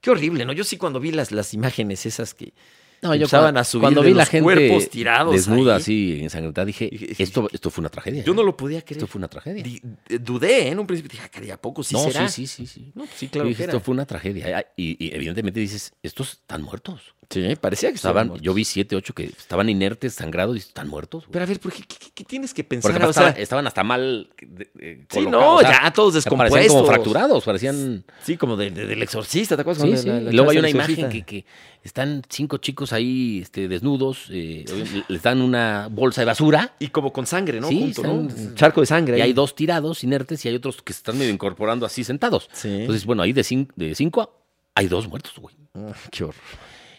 A: qué horrible, ¿no? Yo sí cuando vi las, las imágenes esas que...
B: No,
A: Empezaban a subir de los cuerpos tirados
B: desnuda
A: ahí.
B: así, ensangrentada, dije,
A: Dije, dije,
B: esto, esto fue una tragedia.
A: Yo
B: ¿eh?
A: no lo podía creer.
B: Esto fue una tragedia.
A: Di- eh, dudé ¿eh? en un principio. Dije, "Ah, caray, ¿a poco sí
B: no,
A: será?
B: sí, sí, sí, sí.
A: No, pues sí,
B: Yo
A: claro
B: dije,
A: que
B: esto
A: era.
B: fue una tragedia. Ay, Y, y evidentemente dices, estos están muertos.
A: Sí, parecía que
B: Estaban,
A: estaban
B: yo vi siete, ocho que estaban inertes, sangrados y están muertos. güey.
A: Pero a ver, ¿por qué, qué- qué- qué tienes que pensar?
B: Porque aparte
A: O sea,
B: estaban, estaban hasta mal eh, eh,
A: sí, no,
B: colocados, o sea,
A: ya todos
B: Parecían
A: descompuestos.
B: como fracturados, parecían...
A: Sí, como de- de- del exorcista, ¿te acuerdas?
B: Sí,
A: cuando
B: sí.
A: la- la
B: Y luego hay
A: clase
B: una
A: del
B: imagen que,
A: exorcista?
B: que están cinco chicos ahí este, desnudos, eh, obviamente les dan una bolsa de basura
A: Y como con sangre, ¿no?
B: Sí,
A: Junto, ¿no?
B: están-
A: Un charco de sangre.
B: y
A: ahí.
B: hay dos tirados inertes y hay otros que se están medio incorporando así sentados.
A: Sí.
B: Entonces, bueno, ahí de, cin- de cinco a- hay dos muertos, güey.
A: Ah, qué horror.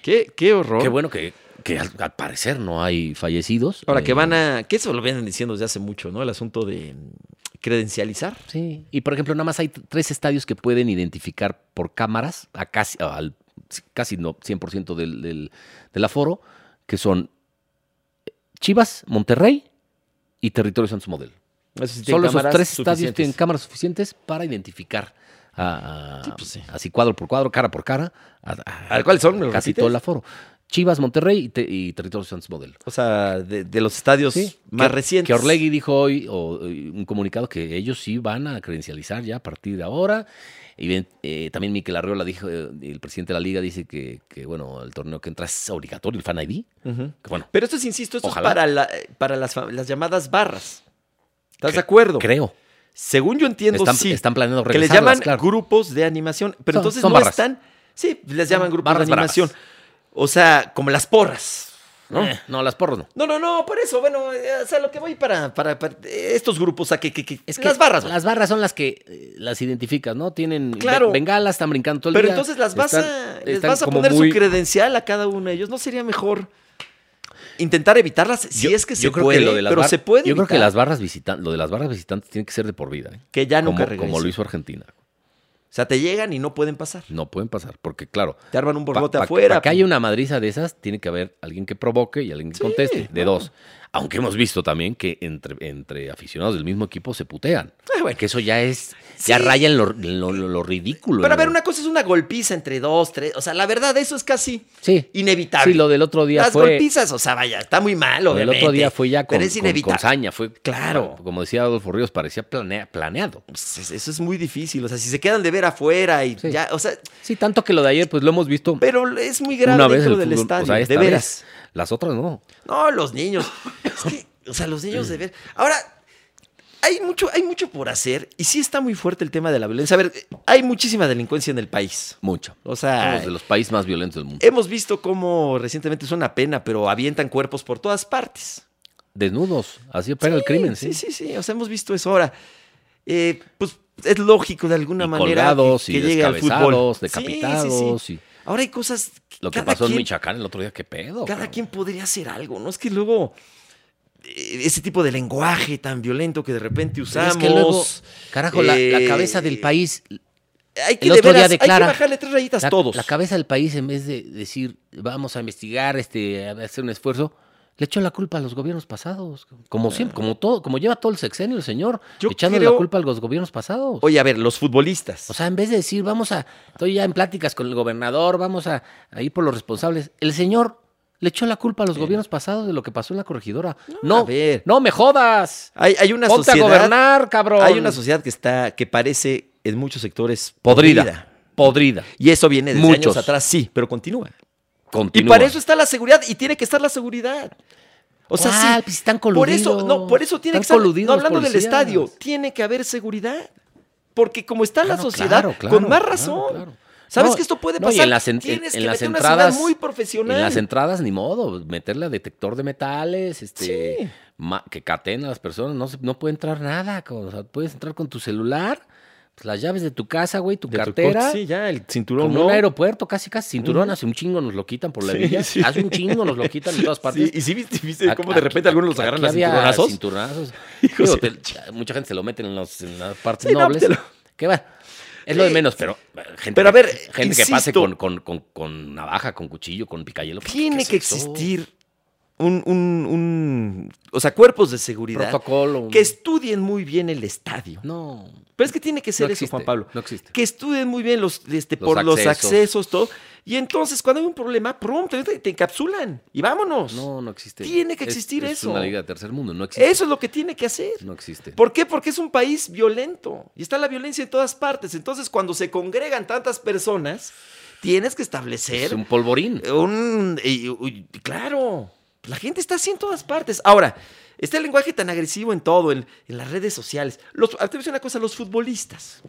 A: Qué, qué horror.
B: Qué bueno que, que al, al parecer no hay fallecidos.
A: Ahora, que
B: Eh,
A: van a... Que eso lo vienen diciendo desde hace mucho, ¿no? El asunto de mm, credencializar.
B: Sí. Y por ejemplo, nada más hay t- tres estadios que pueden identificar por cámaras a casi, al casi no 100% del, del, del aforo, que son eh, Chivas, Monterrey y Territorio Santos Modelo.
A: Eso sí tiene
B: Solo esos
A: cámaras
B: tres estadios
A: suficientes.
B: tienen cámaras suficientes para identificar a- a-
A: Sí, pues sí.
B: así cuadro por cuadro, cara por cara, a- a-
A: ¿Al cual son? ¿Me lo
B: casi
A: repites?
B: todo el aforo. Chivas, Monterrey y, te- y Territorio Santos Modelo.
A: O sea, de, de los estadios
B: Sí,
A: más
B: que-
A: recientes.
B: Que Orlegui dijo hoy, o, eh, un comunicado, que ellos sí van a credencializar ya a partir de ahora. Y bien, eh, también Miquel Arriola dijo, eh, el presidente de la liga dice que, que, bueno, el torneo que entra es obligatorio, el Fan ID.
A: Ujú.
B: Que, bueno,
A: Pero esto es, insisto, esto
B: Ojalá.
A: es para, la- eh, para las, fa- las llamadas barras. ¿Estás
B: Cre-
A: de acuerdo?
B: creo.
A: Según yo entiendo,
B: Están,
A: sí.
B: están planeando
A: que les
B: regresarlas,
A: llaman
B: claro.
A: grupos de animación. Pero
B: Son-
A: entonces
B: son
A: no
B: barras.
A: están. Sí, les llaman grupos
B: barras
A: de animación. O sea, como las porras.
B: ¿no? eh, no, las porros no.
A: No, no, no, por eso, bueno, eh, o sea, lo que voy para, para, para estos grupos, a que, que, que-
B: Es que
A: las barras. güey.
B: Las barras son las que eh, las identificas, ¿no? Tienen be-
A: Claro.
B: bengalas, están brincando todo el
A: Pero
B: día.
A: entonces las vas a,
B: Están-
A: les
B: están
A: vas a
B: como
A: poner
B: muy-
A: su credencial a cada uno de ellos. ¿No sería mejor intentar evitarlas si
B: Yo-
A: es que
B: yo
A: se
B: creo que
A: puede?
B: lo de las
A: pero
B: bar-
A: se puede.
B: Yo creo que
A: evitar.
B: las barras visitantes, lo de las barras visitantes tiene que ser de por vida. ¿eh?
A: Que ya nunca
B: como,
A: regresen.
B: como lo hizo Argentina.
A: O sea, te llegan y no pueden pasar.
B: No pueden pasar, porque claro,
A: Te arman un
B: para
A: borbote afuera. pues.
B: que
A: [LAUGHS]
B: haya una madriza de esas, tiene que haber alguien que provoque y alguien que
A: Sí,
B: conteste, de
A: claro.
B: dos. Aunque hemos visto también que entre, entre aficionados del mismo equipo se putean.
A: Ah, bueno.
B: Que eso ya es, ya
A: Sí.
B: raya en lo, lo- lo- lo ridículo.
A: Pero a
B: en
A: ver,
B: lo-
A: una cosa es una golpiza entre dos, tres. O sea, la verdad, eso es casi
B: Sí,
A: inevitable.
B: sí, lo del otro día
A: las
B: fue...
A: golpizas, o sea, vaya, está muy mal,
B: El
A: obviamente.
B: otro día fue ya con,
A: Pero es
B: con- con
A: inevitable.
B: saña, fue
A: Claro.
B: Como decía Adolfo Ríos, parecía planea- planeado.
A: Pues es- eso es muy difícil. O sea, si se quedan de ver afuera y
B: Sí.
A: ya, o sea,
B: Sí, tanto que lo de ayer, pues lo hemos visto
A: pero es muy grave
B: una vez
A: dentro
B: el
A: del
B: fútbol,
A: estadio,
B: o sea, esta
A: de
B: vez.
A: veras.
B: Las otras no.
A: No, los niños. Es que, o sea, los niños de ver. Ahora, hay mucho, hay mucho por hacer y sí está muy fuerte el tema de la violencia. A ver, hay muchísima delincuencia en el país.
B: Mucho.
A: O sea,
B: Somos de los países más violentos del mundo.
A: hemos visto cómo recientemente es una pena, pero avientan cuerpos por todas partes.
B: Desnudos. Así opera el crimen, sí.
A: Sí, sí, sí. O sea, hemos visto eso ahora. Eh, pues es lógico de alguna
B: Y
A: manera
B: colgados,
A: que,
B: y
A: que llegue al fútbol. Sí,
B: descabezados,
A: sí, sí.
B: decapitados. y
A: Ahora hay cosas.
B: lo que
A: cada
B: pasó en
A: quien-
B: Michoacán el otro día, qué pedo.
A: Cada
B: cabrón.
A: quien podría hacer algo, ¿no? Es que luego eh, ese tipo de lenguaje tan violento que de repente
B: Pero
A: usamos.
B: es que luego, carajo, la, la
A: eh,
B: cabeza del país,
A: hay que
B: el
A: de
B: otro día
A: veras,
B: declara-
A: hay que bajarle tres rayitas
B: la,
A: todos.
B: la cabeza del país, en vez de decir vamos a investigar, este, a hacer un esfuerzo, le echó la culpa a los gobiernos pasados. Como siempre, como todo, como lleva todo el sexenio el señor,
A: Yo
B: echándole la
A: creo-
B: culpa a los gobiernos pasados.
A: Oye, a ver, los futbolistas.
B: O sea, en vez de decir, vamos a, estoy ya en pláticas con el gobernador, vamos a, a ir por los responsables, el señor le echó la culpa a los gobiernos pasados de lo que pasó en la corregidora. No,
A: a ver.
B: no me jodas.
A: hay, hay una
B: Ponte a
A: sociedad.
B: gobernar, cabrón.
A: Hay una sociedad que está, que parece en muchos sectores
B: podrida, podrida.
A: Y eso viene desde
B: Muchos.
A: años atrás, sí, pero continúa.
B: Continúa.
A: Y para eso está la seguridad, y tiene que estar la seguridad. O sea,
B: ¿Cuál?
A: sí.
B: Pues están
A: Por
B: coludidos.
A: eso, no, por eso tiene
B: Están
A: que estar.
B: coludidos
A: No, hablando
B: los
A: del
B: policías.
A: estadio, tiene que haber seguridad. Porque como está
B: Ah,
A: la
B: no,
A: sociedad,
B: claro, claro,
A: con más
B: claro,
A: razón.
B: claro.
A: ¿Sabes
B: No,
A: que esto puede
B: no, y
A: pasar?
B: en las en-
A: Tienes
B: en
A: que
B: las
A: meter una
B: entradas-
A: seguridad muy profesional.
B: En las entradas, ni modo, meterle a detector de metales, este,
A: Sí.
B: ma- que catena a las personas, no, se- no puede entrar nada, cabrón. o sea, puedes entrar con tu celular, pues, las llaves de tu casa, güey, tu
A: De tu
B: cartera,
A: coche, sí, ya, el cinturón
B: con
A: no.
B: un aeropuerto, casi casi cinturón,
A: Ujú.
B: hace un chingo nos lo quitan por la
A: Sí,
B: villa,
A: sí.
B: hace un chingo nos lo quitan en todas partes.
A: Sí, y sí viste, viste
B: Ac-
A: cómo de
B: aquí-
A: repente algunos los
B: aquí
A: agarran a
B: había
A: cinturonazos.
B: cinturonazos.
A: [LAUGHS] Hijos
B: Digo,
A: de
B: te- mucha gente se lo meten en, los- en las partes
A: Sí, no,
B: nobles.
A: te lo-
B: Que bueno, es lo de
A: Sí.
B: menos, pero eh, gente,
A: Pero a
B: que-
A: ver,
B: gente que pase
A: insisto.
B: con, con- con- con navaja, con cuchillo, con picayelo. ¿qué- qué
A: Tiene
B: es
A: que
B: eso?
A: existir un, un, un- O sea, cuerpos de seguridad
B: protocolo.
A: que estudien muy bien el estadio.
B: No.
A: Pero es que tiene que ser eso,
B: no existe,
A: Juan Pablo.
B: No existe.
A: que estudien muy bien los, este,
B: Los
A: por los
B: accesos.
A: accesos, todo. Y entonces, cuando hay un problema, pum, te, te encapsulan y vámonos.
B: No, no existe.
A: Tiene que
B: Es-
A: existir
B: es
A: eso.
B: una liga de tercer mundo. No existe.
A: Eso es lo que tiene que hacer.
B: No existe.
A: ¿Por qué? Porque es un país violento y está la violencia en todas partes. Entonces, cuando se congregan tantas personas, tienes que establecer
B: Es un polvorín.
A: Eh, un- y- uy, claro, pues la gente está así en todas partes. Ahora, está el lenguaje tan agresivo en todo, en, en las redes sociales. Los, ah, te voy a decir una cosa, los futbolistas.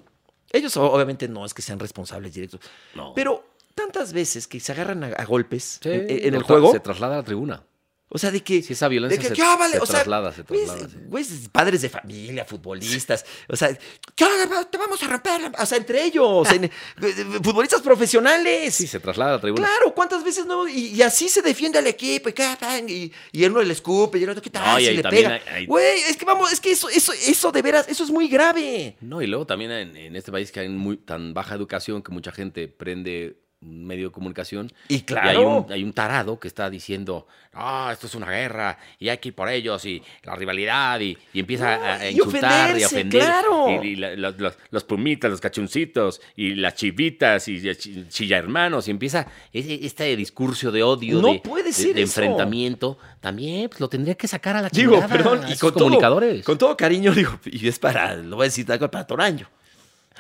A: Ellos o- obviamente no es que sean responsables directos,
B: No.
A: pero tantas veces que se agarran a, a golpes
B: Sí,
A: en, en
B: lo
A: el
B: tra-
A: juego,
B: Se traslada a la tribuna.
A: o sea, de que...
B: Si esa
A: de
B: violencia
A: que,
B: se,
A: ¿qué vale?
B: se
A: O sea,
B: traslada, se
A: güeyes-
B: traslada. sí.
A: güeyes, padres de familia, futbolistas, o sea, ¿qué vale? Te vamos a romper, la- o sea, entre
B: [LAUGHS]
A: ellos, en- eh, futbolistas profesionales.
B: Sí, se traslada a la tribuna.
A: Claro, ¿cuántas veces no? Y, y así se defiende al equipo y, cada tan, y, y el uno le escupe y el otro, ¿qué tal?
B: No, y
A: si
B: ahí
A: le
B: también
A: pega.
B: hay- hay-
A: Güey, es que vamos, es que eso, eso, eso de veras, eso es muy grave.
B: No, y luego también en, en este país que hay muy, tan baja educación que mucha gente prende un medio de comunicación.
A: Y claro.
B: hay, un, hay un tarado que está diciendo, ah, esto es una guerra y hay que ir por ellos y la rivalidad y, y empieza a- a,
A: No, y
B: insultar y
A: ofenderse,
B: a ofender.
A: claro.
B: Y, y la- los, los- los plumitas, los cachuncitos y las chivitas y, chi- chilla hermanos y empieza ese- este discurso de odio,
A: No
B: de,
A: puede
B: de-
A: ser
B: de
A: eso.
B: enfrentamiento. También pues, lo tendría que sacar a la
A: Digo,
B: chingada
A: perdón,
B: a
A: y con
B: esos comunicadores.
A: todo, con todo cariño, [LAUGHS] digo, y es para, lo voy a decir tal cual, para Toraño.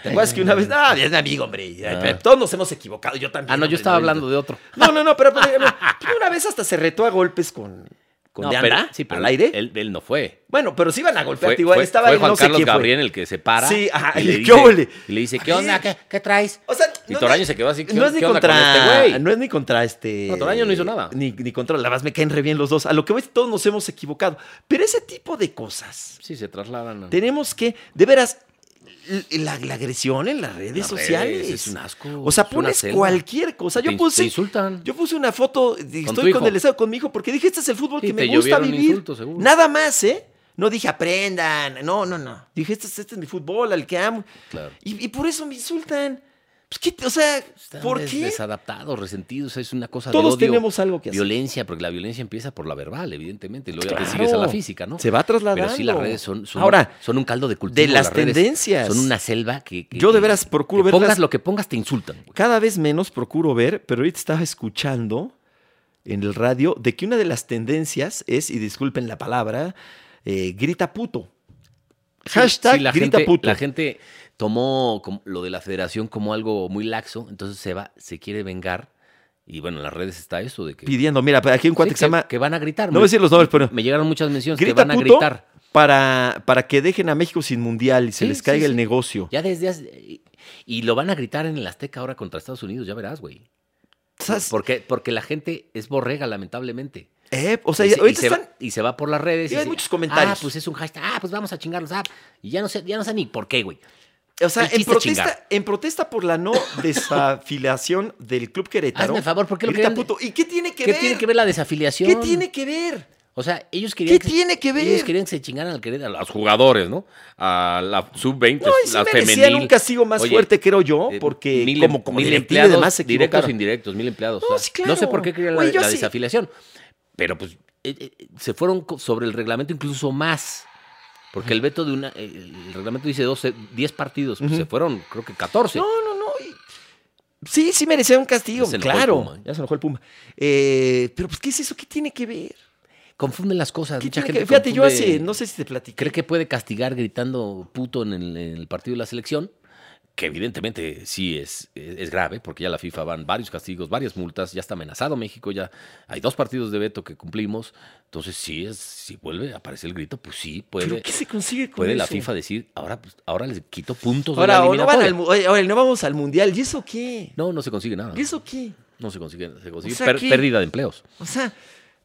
A: ¿Te acuerdas que una vez, ah, es mi amigo, hombre, y,
B: Ah.
A: eh, todos nos hemos equivocado, yo también.
B: ah, no, yo
A: hombre,
B: estaba hablando de otro.
A: No, no, no, pero, por ejemplo, pues, una vez hasta se retó a golpes con, con
B: No,
A: De
B: pero-
A: Anda,
B: sí, pero
A: al aire.
B: Él, él no fue.
A: Bueno, pero se iban a golpear,
B: Fue,
A: igual
B: fue-
A: estaba
B: fue
A: ahí,
B: Juan
A: no sé
B: Carlos
A: quién fue.
B: Gabriel el que se para.
A: Sí, ajá, [LAUGHS]
B: Y le
A: ¿qué
B: dice,
A: ole?
B: y le dice, ¿qué
A: Sí.
B: onda? ¿Qué, qué traes?
A: O sea,
B: Y
A: no-
B: Toraño se quedó así, ¿qué-
A: no es ni
B: qué onda con
A: contra,
B: este güey?
A: No es ni contra este.
B: No, Toraño no hizo nada.
A: Ni, ni contra, la más me caen re bien los dos. A lo que voy, todos nos hemos equivocado. Pero ese tipo de cosas,
B: Sí, se trasladan. a-
A: tenemos que, de veras, l- la, la agresión en las redes
B: Las redes,
A: sociales.
B: es un asco,
A: O sea,
B: es una
A: pones
B: selva.
A: cualquier cosa.
B: Te-
A: Yo
B: te
A: puse.
B: insultan.
A: Yo puse una foto, de-
B: Con tu
A: estoy con
B: hijo.
A: el estado con mi hijo, porque dije, este es el fútbol
B: Sí,
A: que me
B: te
A: gusta
B: llovieron
A: vivir.
B: insultos, seguro.
A: Nada más, ¿eh? No dije, aprendan. No, no, no. Dije, este, es- este es mi fútbol, al que amo.
B: Claro.
A: Y, y por eso me insultan. Pues, ¿qué te- o sea,
B: Están
A: ¿por
B: des-
A: qué?
B: Desadaptados, resentidos, es una cosa de
A: Todos
B: odio.
A: tenemos algo que hacer.
B: Violencia, porque la violencia empieza por la verbal, evidentemente, y luego ya te
A: Claro.
B: sigues a la física, ¿no?
A: Se va trasladando.
B: Pero sí, las redes son, son,
A: Ahora,
B: son un caldo de cultivo.
A: de las
B: redes
A: tendencias.
B: Son una selva que. que-
A: Yo de
B: que-
A: veras procuro
B: que
A: verlas-
B: Pongas lo que pongas, te insultan. güey.
A: cada vez menos procuro ver, pero ahorita estaba escuchando en el radio de que una de las tendencias es, y disculpen la palabra, eh, grita puto. Hashtag
B: Sí, la
A: grita
B: gente,
A: puto.
B: La gente tomó como- lo de la federación como algo muy laxo, entonces se va, se quiere vengar. Y bueno, en las redes está eso de que.
A: pidiendo, mira, aquí hay un cuate
B: Sí,
A: que se llama,
B: que van a gritar.
A: no voy a decir los nombres, pero
B: Me llegaron muchas menciones que
A: grita
B: van a
A: puto
B: gritar.
A: Para, para que dejen a México sin mundial y se
B: Sí,
A: les
B: sí,
A: caiga el
B: sí.
A: negocio.
B: Ya desde hace- Y lo van a gritar en el Azteca ahora contra Estados Unidos, ya verás, güey.
A: ¿Sabes?
B: Porque, porque la gente es borrega, lamentablemente.
A: Eh, o sea,
B: y, se, y
A: ahorita
B: se va-
A: están-
B: y se va por las redes.
A: Y
B: y
A: hay
B: se-
A: muchos comentarios.
B: Ah, pues es un hashtag. Ah, pues vamos a chingarlos. Ah, y ya no sé, ya no sé ni por qué, güey.
A: o sea,
B: el
A: en
B: chiste es
A: protesta,
B: chingar.
A: en protesta por
B: [COUGHS]
A: la no desafiliación del Club Querétaro.
B: Hazme el favor, ¿por qué lo
A: grita
B: quieren-
A: puto. ¿Y qué tiene que
B: ¿Qué
A: ver?
B: tiene que ver la desafiliación?
A: ¿Qué tiene que ver?
B: O sea, ellos querían.
A: ¿Qué tiene que ver?
B: Ellos querían que se chingaran al querer a los jugadores, ¿no? A la sub-20,
A: No, y sí
B: la
A: merecían
B: femenil.
A: un castigo más
B: Oye,
A: fuerte, creo yo,
B: eh,
A: porque
B: mil em-
A: como, como
B: mil
A: directiva y
B: empleados,
A: demás se
B: directos o
A: equivocaron.
B: indirectos, mil empleados.
A: No,
B: o sea, No,
A: sí, claro.
B: sé por qué querían la,
A: Güey, yo
B: la
A: sí.
B: desafiliación, pero pues eh, eh, se fueron co- sobre el reglamento incluso más. Porque el veto de una. eh, El reglamento dice 12, 10 partidos. Pues
A: Ujú.
B: se fueron, creo que 14.
A: No, no, no. y- Sí, sí merecía un castigo,
B: Ya se enojó el
A: claro.
B: Puma.
A: ya se enojó el Puma. Eh, pero, pues, ¿qué es eso? ¿Qué tiene que ver?
B: Confunden las cosas.
A: ¿Qué
B: Mucha
A: tiene que
B: gente
A: ver? Fíjate, yo
B: confunde-
A: hace, no sé si te platiqué.
B: cree que puede castigar gritando puto en el, en el partido de la selección, que evidentemente sí es, es, es grave, porque ya la FIFA van varios castigos, varias multas, ya está amenazado México, ya hay dos partidos de veto que cumplimos, entonces sí es, si vuelve a aparecer el grito, pues sí
A: ¿Pero
B: puede.
A: qué se consigue con
B: Puede
A: eso?
B: la FIFA decir, ahora, pues, ahora les quito puntos
A: Ahora,
B: de la
A: o no, van
B: eliminatoria.
A: al, mu- oye, ahora, no vamos al mundial. ¿Y eso qué?
B: No, no se consigue nada.
A: ¿Y eso qué?
B: No se consigue, se consigue
A: sea,
B: per-
A: ¿qué?
B: pérdida de empleos.
A: O sea,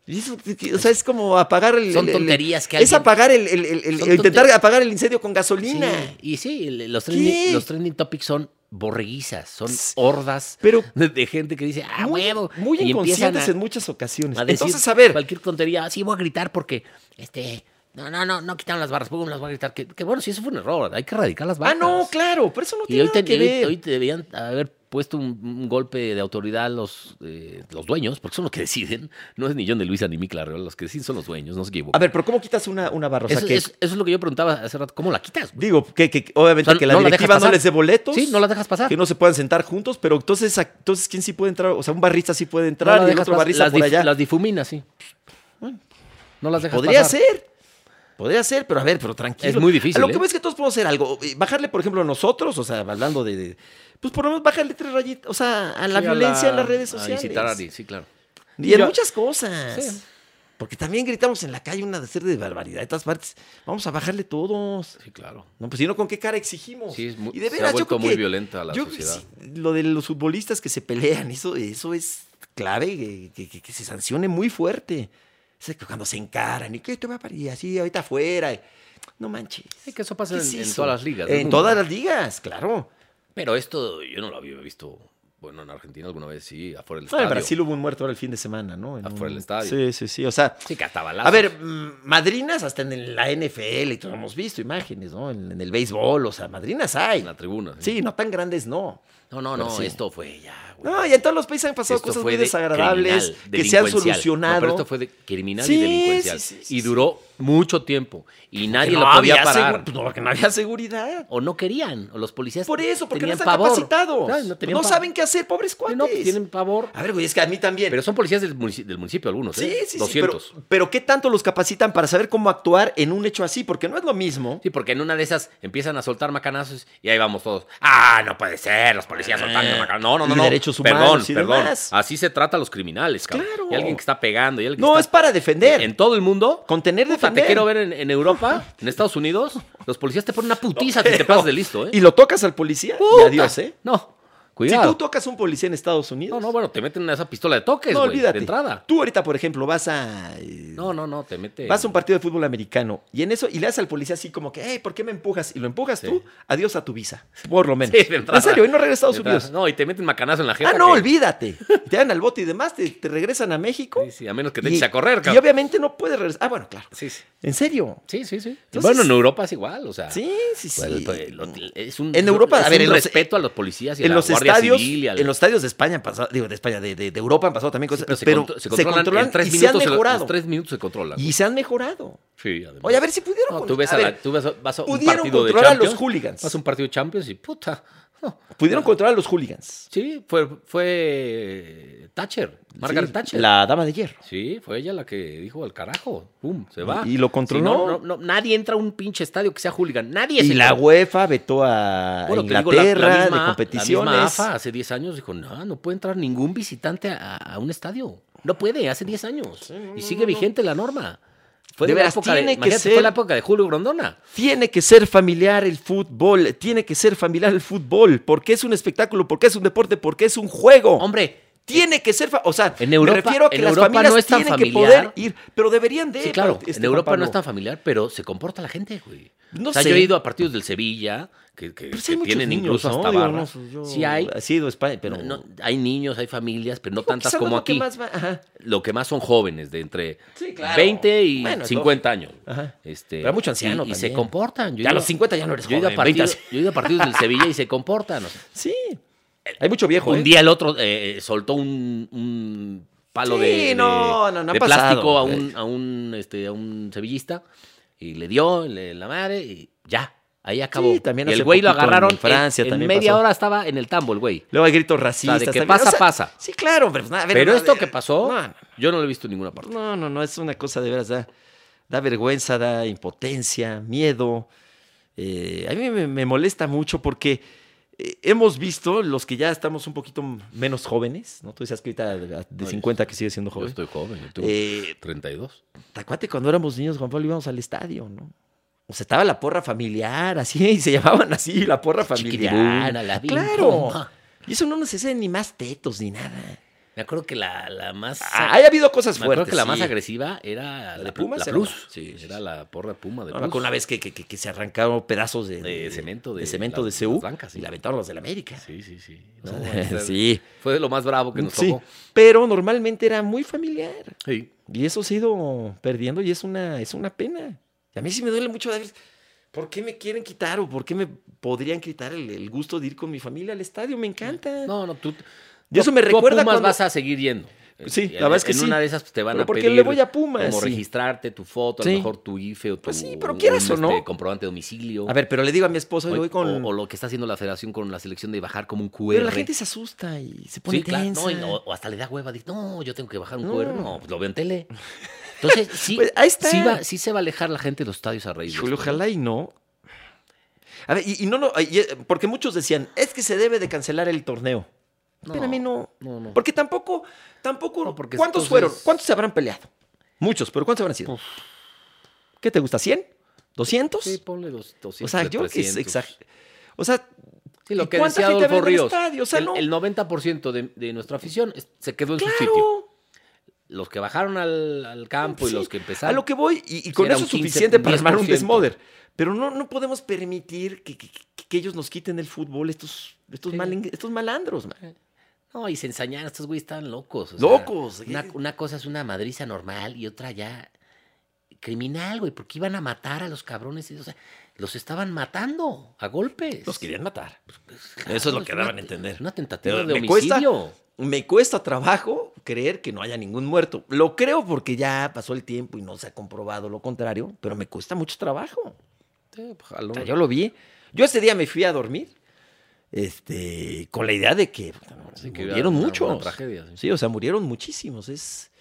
A: ¿y eso qué? o sea, es como apagar el.
B: Son
A: el- el-
B: tonterías que
A: Es
B: alguien-
A: apagar el. el- el- el-
B: Son
A: intentar
B: tonterías.
A: apagar el incendio con gasolina.
B: Sí, y sí, el- los
A: ¿Qué?
B: trending, los trending topics son borreguizas, son
A: Pss,
B: hordas
A: pero-
B: de, de gente que dice, ah,
A: muy,
B: huevo.
A: muy
B: y empiezan
A: inconscientes
B: a-
A: en muchas ocasiones.
B: a decir
A: Entonces, a ver,
B: Cualquier tontería, "Ah, sí, voy a gritar porque, este, no, no, no, no quitaron las barras, ¿cómo las voy a gritar? Que, que bueno, sí, eso fue un error, hay que erradicar las
A: Ah,
B: barras.
A: no, claro, pero eso no
B: Y
A: tiene
B: hoy,
A: nada
B: te-
A: que
B: hoy-
A: ver.
B: hoy te debían haber puesto un, un golpe de autoridad los, eh, los dueños, porque son los que deciden. No es ni John de Luisa ni Mick Larreola, los que deciden son los dueños, no se equivoquen.
A: A ver, pero ¿cómo quitas una, una barra? O sea,
B: eso,
A: que,
B: eso- eso es lo que yo preguntaba hace rato, ¿cómo la quitas? güey?
A: digo, que, que obviamente
B: O sea,
A: que la
B: no la dejas
A: directiva no
B: pasar.
A: les dé boletos.
B: Sí, no la dejas pasar.
A: Que no se puedan sentar juntos, pero entonces, a- entonces ¿quién sí puede entrar? O sea, un barrista sí puede entrar y
B: No la
A: el
B: dejas
A: otro
B: pas-
A: barrista
B: las
A: por
B: dif-
A: allá.
B: Las difumina, sí. No las dejas
A: Podría
B: pasar.
A: ser. Podría ser, pero a ver, pero tranquilo.
B: Es muy difícil,
A: A lo que
B: ¿eh?
A: veo es que todos podemos hacer algo. Eh, Bajarle, por ejemplo, a nosotros, o sea, hablando de. de- pues por lo menos bajarle tres rayitas, o sea, a la
B: Sí, a
A: violencia en las redes
B: a
A: sociales.
B: incitar a- sí, claro.
A: Y en
B: Yo-
A: muchas cosas.
B: Sí.
A: Porque también gritamos en la calle una de ser de barbaridad de todas partes. Vamos a bajarle todos.
B: Sí, claro.
A: No, pues si no, ¿con qué cara exigimos?
B: Sí, es muy-
A: y de
B: se ha
A: veras, yo
B: vuelto
A: creo
B: muy
A: que-
B: violenta la
A: yo creo que
B: sociedad.
A: sí, lo de los futbolistas que se pelean, eso, eso es clave, que, que- que- que se sancione muy fuerte. O sea, que cuando se encaran, ¿y qué te va a parir? Así, ahorita afuera. No manches.
B: Sí, que eso pasa
A: ¿Qué
B: en,
A: es
B: en
A: eso?
B: todas las ligas. del
A: En
B: mundo.
A: todas las ligas, claro.
B: Pero esto yo no lo había visto Bueno, en Argentina alguna vez sí, afuera del
A: No,
B: estadio.
A: en Brasil hubo un muerto ahora el fin de semana, ¿no? En
B: Afuera
A: un-
B: del estadio.
A: Sí, sí, sí. O sea,
B: Sí, que hasta balazos.
A: a ver, mm, madrinas hasta en la NFL y todo hemos visto imágenes, ¿no? En, en el béisbol, o sea, madrinas hay.
B: En la tribuna.
A: Sí, no tan grandes, no.
B: No, no,
A: Pero
B: no,
A: sí.
B: esto fue ya. güey.
A: No, y en todos los países han pasado
B: Esto
A: cosas
B: fue
A: muy
B: de
A: desagradables que
B: criminal,
A: se han
B: delincuencial. No,
A: solucionado.
B: pero esto fue de criminal y
A: Sí,
B: delincuencial.
A: sí, sí, sí,
B: y
A: sí.
B: duró mucho tiempo. Y nadie
A: Que
B: lo
A: no
B: podía
A: había
B: parar.
A: segu- pues no, porque no había seguridad.
B: O no querían. O los policías.
A: Por eso, porque no
B: tenían
A: están
B: pavor.
A: capacitados.
B: Claro,
A: no
B: tenían pavor.
A: saben qué hacer, pobres cuates.
B: No, pues, tienen pavor.
A: A ver, güey, es que a mí también.
B: Pero son policías del municipio, del municipio algunos.
A: sí,
B: ¿eh?
A: sí, sí.
B: 200.
A: Pero, pero ¿qué tanto los capacitan para saber cómo actuar en un hecho así? Porque no es lo mismo.
B: Sí, porque en una de esas empiezan a soltar macanazos y ahí vamos todos. Ah, no puede ser, los policías soltando
A: Ah,
B: macanazos. No, no, no.
A: y
B: no.
A: derechos
B: perdón,
A: humanos y
B: perdón.
A: demás.
B: Así se trata a los criminales, cabrón.
A: Claro.
B: Y alguien que está pegando. Y alguien que
A: no, es
B: está-
A: para defender.
B: En todo el mundo.
A: Contener,
B: Puta,
A: defender.
B: Te quiero ver en, en Europa, en Estados Unidos. Los policías te ponen
A: [LAUGHS]
B: una putiza si te pasas de listo, ¿eh?
A: Y lo tocas al policía y
B: Puta.
A: adiós, ¿eh?
B: No,
A: Si
B: cuidado.
A: tú tocas a un policía en Estados Unidos.
B: no, no, bueno, te meten en esa pistola de toques,
A: no,
B: güey.
A: olvídate.
B: de entrada.
A: Tú ahorita, por ejemplo, vas a. eh,
B: No, no, no, te mete.
A: Vas a un partido de fútbol americano y en eso, y le das al policía así como que, hey, ¿por qué me empujas? Y lo empujas
B: Sí.
A: tú, adiós a tu visa. Por lo menos.
B: [LAUGHS] Sí, de entrada.
A: en serio, y no regresa a Estados
B: de entrada.
A: Unidos.
B: No, y te meten macanazo en la jeta.
A: Ah, no,
B: [LAUGHS]
A: olvídate. Te dan al bote y demás, te, te regresan a México.
B: Sí, sí, a menos que te
A: y-
B: eches a correr,
A: Y
B: cabrón.
A: obviamente no puedes regresar. Ah, bueno, claro.
B: Sí, sí.
A: En serio.
B: Sí, sí, sí.
A: Entonces-
B: bueno, en Europa es igual, o sea.
A: Sí, sí, sí.
B: pues, pues, lo- es un,
A: En Europa,
B: es
A: a ver,
B: un
A: en los-
B: respeto a los policías y a
A: en
B: la
A: los
B: Guardia
A: estadios,
B: Civil. y al-
A: en los estadios de España han pasado, digo, de España, de, de- de Europa han pasado también cosas,
B: pero
A: pero,
B: se, contro- se
A: se
B: controlan, en
A: controlan
B: tres
A: y se
B: minutos.
A: han
B: se lo-
A: mejorado.
B: en tres minutos se controlan.
A: Y se han mejorado.
B: Sí, además.
A: Oye, a ver si pudieron.
B: No,
A: con-
B: tú ves
A: a
B: a, la-
A: ver,
B: tú ves a- vas a un
A: pudieron
B: partido de
A: controlar a los
B: Champions.
A: hooligans.
B: Vas a un partido de Champions y puta. [LAUGHS] no.
A: pudieron controlar a los hooligans.
B: Sí, fue, fue Thatcher, Margaret
A: Sí,
B: Thatcher.
A: La dama de hierro.
B: Sí, fue ella la que dijo al carajo, pum, se va.
A: Y lo controló.
B: Sí, no, no, no, nadie entra a un pinche estadio que sea hooligan, nadie.
A: Y
B: señor.
A: la UEFA vetó a
B: Bueno, te digo, la- la
A: Inglaterra
B: misma-
A: de competiciones.
B: La misma AFA hace 10 años dijo, no, no puede entrar ningún visitante a, a un estadio. No puede, hace 10 años. y sigue vigente la norma. Fue
A: De
B: de, la
A: veras,
B: época de,
A: tiene que
B: imagínate,
A: ser-
B: fue la época de Julio Grondona.
A: Tiene que ser familiar el fútbol, tiene que ser familiar el fútbol, porque es un espectáculo, porque es un deporte, porque es un juego.
B: Hombre,
A: tiene que ser, fa- o sea,
B: En Europa-
A: me refiero a que
B: en
A: las
B: Europa
A: familias
B: no es tan
A: tienen
B: familiar.
A: que poder ir, pero deberían de.
B: sí, claro,
A: este,
B: en Europa
A: Juan Pablo.
B: no es tan familiar, pero se comporta la gente, güey.
A: No
B: o sea,
A: sé.
B: yo he ido a partidos del Sevilla, que, que-
A: Pero sí
B: que
A: hay muchos
B: tienen
A: niños,
B: incluso
A: ¿no?
B: hasta
A: Digo,
B: barra.
A: no, yo-
B: sí hay,
A: Ha sido España, pero.
B: no, no, hay niños, hay familias, pero no
A: Digo,
B: tantas
A: quizás
B: como
A: lo que
B: aquí.
A: más va- ajá.
B: lo que más son jóvenes, de entre
A: Sí, claro.
B: 20 y
A: Bueno, es
B: 50 años.
A: Ajá.
B: Este,
A: Pero hay mucho anciano
B: Y, y se
A: también.
B: comportan.
A: Ya
B: Yo he
A: a
B: ido-
A: los 50 ya no eres
B: yo he ido a
A: joven,
B: partidos-
A: 20.
B: Yo he ido a partidos del Sevilla y se comportan. o sea,
A: Sí. Hay mucho viejo. ¿eh?
B: un día el otro eh, soltó un, un palo
A: Sí,
B: de, de-
A: no, no, no ha
B: de plástico
A: pasado,
B: a un, a, un, este, a un sevillista y le dio le- la madre y ya. Ahí acabó.
A: Sí, también
B: y
A: hace
B: el güey lo
A: poquito en
B: agarraron.
A: Francia
B: en, en
A: también
B: media
A: pasó.
B: hora estaba en el tambo el güey.
A: Luego hay gritos
B: O sea,
A: racistas.
B: de que
A: también.
B: pasa,
A: O sea,
B: pasa.
A: Sí, claro, hombre. pues, nada, a ver,
B: Pero
A: no,
B: esto
A: de-
B: que pasó,
A: No, no.
B: yo no lo he visto en ninguna parte.
A: No, no, no, es una cosa de veras, da, da vergüenza, da impotencia, miedo. Eh, a mí me, me molesta mucho porque eh, hemos visto los que ya estamos un poquito menos jóvenes, ¿no? Tú decías que ahorita de, de
B: yo
A: 50 que sigue siendo
B: Yo
A: joven.
B: estoy joven, yo tengo
A: Eh,
B: 32.
A: Tacuate, cuando éramos niños, Juan Pablo, íbamos al estadio, ¿no? O sea, estaba la porra familiar, así, [LAUGHS] y se llamaban así, la porra familiar.
B: Chiquitibuna, la Bimbo.
A: claro. Y eso no nos hace ni más tetos ni nada.
B: Me acuerdo que la, la más.
A: Ah, ha habido cosas
B: me acuerdo
A: fuertes.
B: que la más
A: sí.
B: agresiva era la,
A: de
B: la
A: Pumas
B: la
A: era
B: Plus.
A: una. Sí, sí,
B: era
A: sí.
B: la porra Puma de
A: No, me
B: Plus.
A: acuerdo una vez que, que- que- que se arrancaron pedazos de,
B: De cemento de
A: cemento
B: las-
A: de CU
B: las blancas, sí.
A: y la aventaron los de la América.
B: Sí, sí, sí.
A: [LAUGHS] O sea,
B: No, o sea,
A: sí.
B: Fue de lo más bravo que nos
A: Sí,
B: tocó.
A: Pero normalmente era muy familiar.
B: Sí.
A: Y eso se ha ido perdiendo y es una, es una pena. Y a mí sí me duele mucho ver por qué me quieren quitar o por qué me podrían quitar el, el gusto de ir con mi familia al estadio. Me encanta.
B: No, no, tú.
A: Y eso
B: no,
A: me
B: tú a
A: recuerda
B: Pumas
A: cuando-
B: vas a seguir yendo.
A: Sí,
B: En-
A: la verdad es que
B: en
A: sí.
B: una de esas pues, te van
A: Pero
B: a
A: porque
B: pedir.
A: le voy a Pumas,
B: Como
A: sí.
B: registrarte tu foto, a
A: Sí.
B: lo mejor tu IFE o tu.
A: Pues sí, pero
B: un, este,
A: quieras o no.
B: Comprobante de domicilio.
A: A ver, pero le digo a mi esposa,
B: o,
A: le voy con...
B: o- o lo que está haciendo la federación con la selección de bajar como un QR.
A: pero la gente se asusta y se pone
B: Sí, claro,
A: tensa.
B: no, y- o, o hasta le da hueva. Dice, no, yo tengo que bajar un
A: No.
B: QR. No, pues lo veo en tele.
A: [LAUGHS]
B: Entonces, sí,
A: Pues, ahí está.
B: Sí, va- sí se va a alejar la gente de los estadios a raíz de
A: Híjole,
B: esto. ¿eh?
A: ojalá y no. A ver, y, y no, no, y, eh, porque muchos decían, es que se debe de cancelar el torneo.
B: No.
A: Espérame, no.
B: No, no.
A: Porque tampoco, tampoco,
B: No, porque
A: ¿cuántos
B: entonces-
A: fueron? ¿Cuántos se habrán peleado? Muchos, pero ¿cuántos habrán sido? ¿Qué te gusta? ¿100? ¿200?
B: Sí, ponle dos,
A: o sea, yo que es
B: 300.
A: exacto. O sea,
B: Sí, lo
A: ¿y
B: que
A: cuánta
B: decía
A: gente
B: Adolfo
A: habrá en el
B: Ríos.
A: estadio? O sea,
B: el,
A: no.
B: el 90% de, de nuestra afición es- se quedó en su sitio.
A: claro.
B: Los que bajaron al, al campo y
A: Sí,
B: los que
A: A
B: empezaron.
A: lo que voy, y, y con
B: era
A: eso
B: un
A: es
B: 15,
A: suficiente
B: un
A: para armar un
B: 10%.
A: desmoder. Pero no, no podemos permitir que, que- que- que ellos nos quiten el fútbol, estos, estos,
B: Sí.
A: malen- estos malandros. man.
B: No, y se ensañaron, estos güeyes estaban locos. o sea,
A: ¡Locos!
B: una, una cosa es una madriza normal y otra ya criminal, güey, porque iban a matar a los cabrones. O sea, los estaban matando a golpes.
A: Los querían matar.
B: Claro,
A: Eso es lo que
B: una-
A: daban a entender.
B: Una tentativa
A: Pero
B: de
A: me cuesta-
B: homicidio.
A: Me cuesta trabajo creer que no haya ningún muerto. Lo creo porque ya pasó el tiempo y no se ha comprobado lo contrario, pero me cuesta mucho trabajo.
B: Sí, pues, jaló.
A: O sea, yo lo vi. Yo ese día me fui a dormir este, con la idea de que, puta, no,
B: Sí, que
A: murieron
B: era una
A: muchos.
B: tragedia, sí.
A: Sí, o sea, murieron muchísimos. Es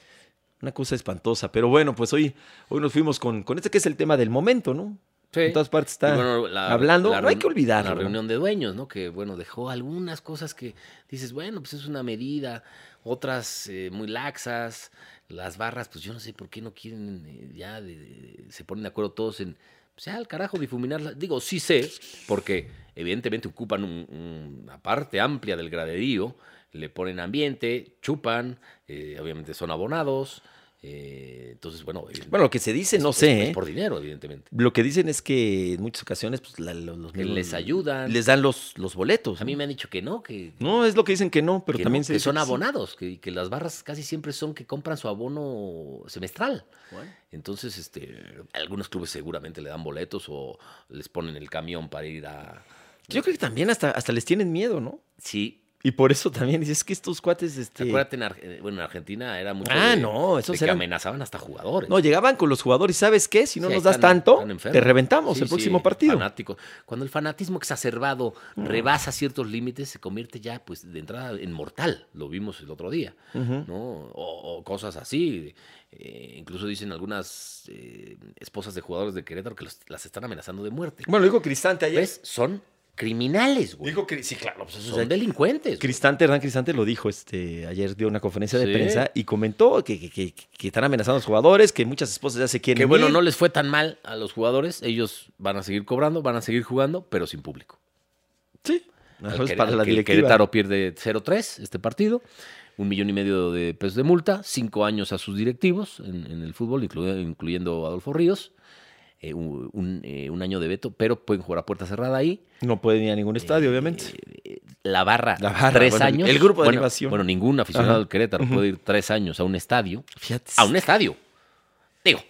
A: una cosa espantosa. Pero bueno, pues hoy, hoy nos fuimos con, con este que es el tema del momento, ¿no?
B: Sí.
A: En todas partes
B: Y
A: está
B: bueno, la-
A: hablando.
B: la
A: no hay
B: reuni-
A: que olvidar.
B: La reunión de dueños, ¿no? Que, bueno, dejó algunas cosas que dices, bueno, pues es una medida, otras eh, muy laxas, las barras, pues yo no sé por qué no quieren, eh, ya de- de- se ponen de acuerdo todos en, pues ya al carajo, difuminarlas. Digo, sí sé, porque evidentemente ocupan un- un- una parte amplia del graderío, le ponen ambiente, chupan, eh, obviamente son abonados, eh, entonces, bueno, evidente-
A: Bueno, lo que se dice, no
B: es-
A: sé.
B: es
A: ¿eh?
B: por dinero, evidentemente.
A: Lo que dicen es que en muchas ocasiones pues, la- los, los
B: Que
A: mismos-
B: les ayudan.
A: Les dan los, los boletos.
B: Pues, A mí
A: ¿no?
B: me han dicho que no, que,
A: No, es lo que dicen que no, pero
B: que
A: también
B: no,
A: se
B: que
A: dice
B: son
A: que sí.
B: abonados, que, que las barras casi siempre son que compran su abono semestral.
A: Bueno.
B: Entonces, este, algunos clubes seguramente le dan boletos o les ponen el camión para ir a.
A: Yo creo que también hasta, hasta les tienen miedo, ¿no?
B: Sí.
A: Y por eso también dices que estos cuates, este.
B: Acuérdate, en, Ar- eh, bueno, en Argentina era mucho.
A: Ah,
B: de-
A: no,
B: de
A: esos
B: que
A: eran-
B: amenazaban hasta jugadores.
A: No, llegaban con los jugadores y sabes qué, si no
B: Sí,
A: nos das
B: están-
A: tanto,
B: están enfermos.
A: te reventamos
B: Sí,
A: el próximo
B: sí,
A: partido. Mm.
B: fanático. Cuando el fanatismo exacerbado rebasa ciertos límites, se convierte ya, pues, de entrada en mortal. Lo vimos el otro día.
A: Ujú.
B: ¿no? O, o cosas así. Eh, incluso dicen algunas eh, esposas de jugadores de Querétaro que los- las están amenazando de muerte.
A: Bueno, dijo Cristante ayer.
B: ¿Ves? Son criminales, güey.
A: Dijo que sí, claro, pues eso
B: Son
A: es-
B: delincuentes. güey.
A: Cristante, Hernán Cristante lo dijo este, ayer, dio una conferencia de
B: Sí.
A: prensa y comentó que, que- que- que están amenazando a los jugadores, que muchas esposas ya se quieren.
B: Que bueno,
A: ir.
B: no les fue tan mal a los jugadores. Ellos van a seguir cobrando, van a seguir jugando, pero sin público.
A: Sí.
B: Al
A: Pues
B: Quere-
A: para
B: al
A: la
B: que el
A: directiva.
B: Querétaro pierde 0-3 este partido, un millón y medio de pesos de multa, cinco años a sus directivos en, en el fútbol, inclu- incluyendo Adolfo Ríos, eh, un, un, eh, un año de veto, pero pueden jugar a puerta cerrada ahí.
A: No pueden ir a ningún estadio, obviamente.
B: Eh, La barra,
A: La barra,
B: tres
A: bueno,
B: años.
A: el grupo de
B: bueno,
A: animación.
B: Bueno, ningún aficionado
A: Ajá.
B: del Querétaro puede ir tres años a un estadio.
A: Fíjate.
B: A un estadio. Digo,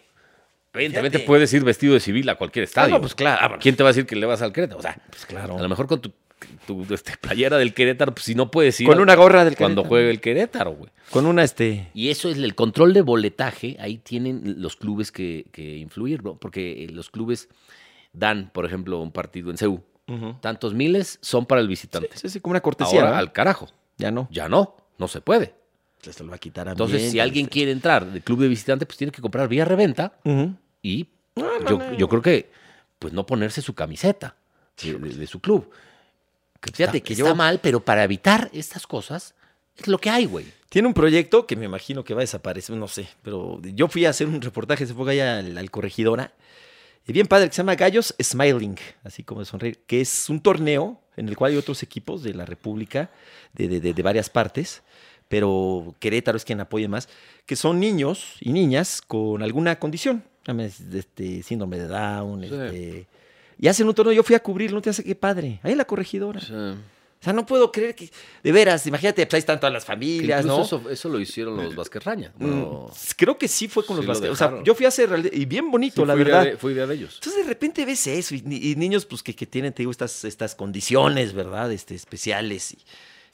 B: evidentemente
A: Fíjate.
B: puedes ir vestido de civil a cualquier estadio.
A: no, pues claro, ah, bueno.
B: ¿Quién te va a decir que le vas al Querétaro? O sea,
A: Pues claro.
B: a lo mejor con tu, tu, este, playera del Querétaro, pues si no puedes ir.
A: Con
B: al-
A: una gorra del
B: Cuando
A: Querétaro.
B: juegue el Querétaro, güey.
A: Con una, este.
B: Y eso es el control de boletaje. Ahí tienen los clubes que, que influir, ¿no? Porque eh, los clubes dan, por ejemplo, un partido en CEU. Tantos miles son para el visitante.
A: Sí, sí, como una cortesía.
B: Ahora
A: ¿no?
B: al carajo.
A: Ya no.
B: Ya no, no se puede.
A: Se lo va a quitar a
B: Entonces, si alguien quiere entrar del club de visitante, pues tiene que comprar vía reventa y yo, yo creo que pues no ponerse su camiseta de, de- de su club. Fíjate
A: está-
B: que
A: yo-
B: está mal, pero para evitar estas cosas es lo que hay, güey.
A: Tiene un proyecto que me imagino que va a desaparecer, no sé. Pero yo fui a hacer un reportaje, se fue allá al, al corregidora. Y bien padre, que se llama Gallos Smiling, así como de sonreír, que es un torneo en el cual hay otros equipos de la República, de, de- de- de varias partes, pero Querétaro es quien apoye más, que son niños y niñas con alguna condición, llámese, este, síndrome de Down,
B: Sí.
A: este, y hacen un torneo, yo fui a cubrirlo, no te hace qué padre, ahí en la corregidora. O sea, no puedo creer que, de veras, imagínate, pues ahí están todas las familias, ¿no?
B: eso, lo hicieron los Vázquez Raña.
A: Mm, Creo que sí fue con los
B: Sí lo
A: Vasquez. O sea,
B: dejaron.
A: yo fui a hacer, reali- y bien bonito, la verdad.
B: fue idea de ellos.
A: Entonces de repente ves eso y, ni- y niños pues que, que tienen, te digo, estas, estas condiciones, ¿verdad? Este, especiales y,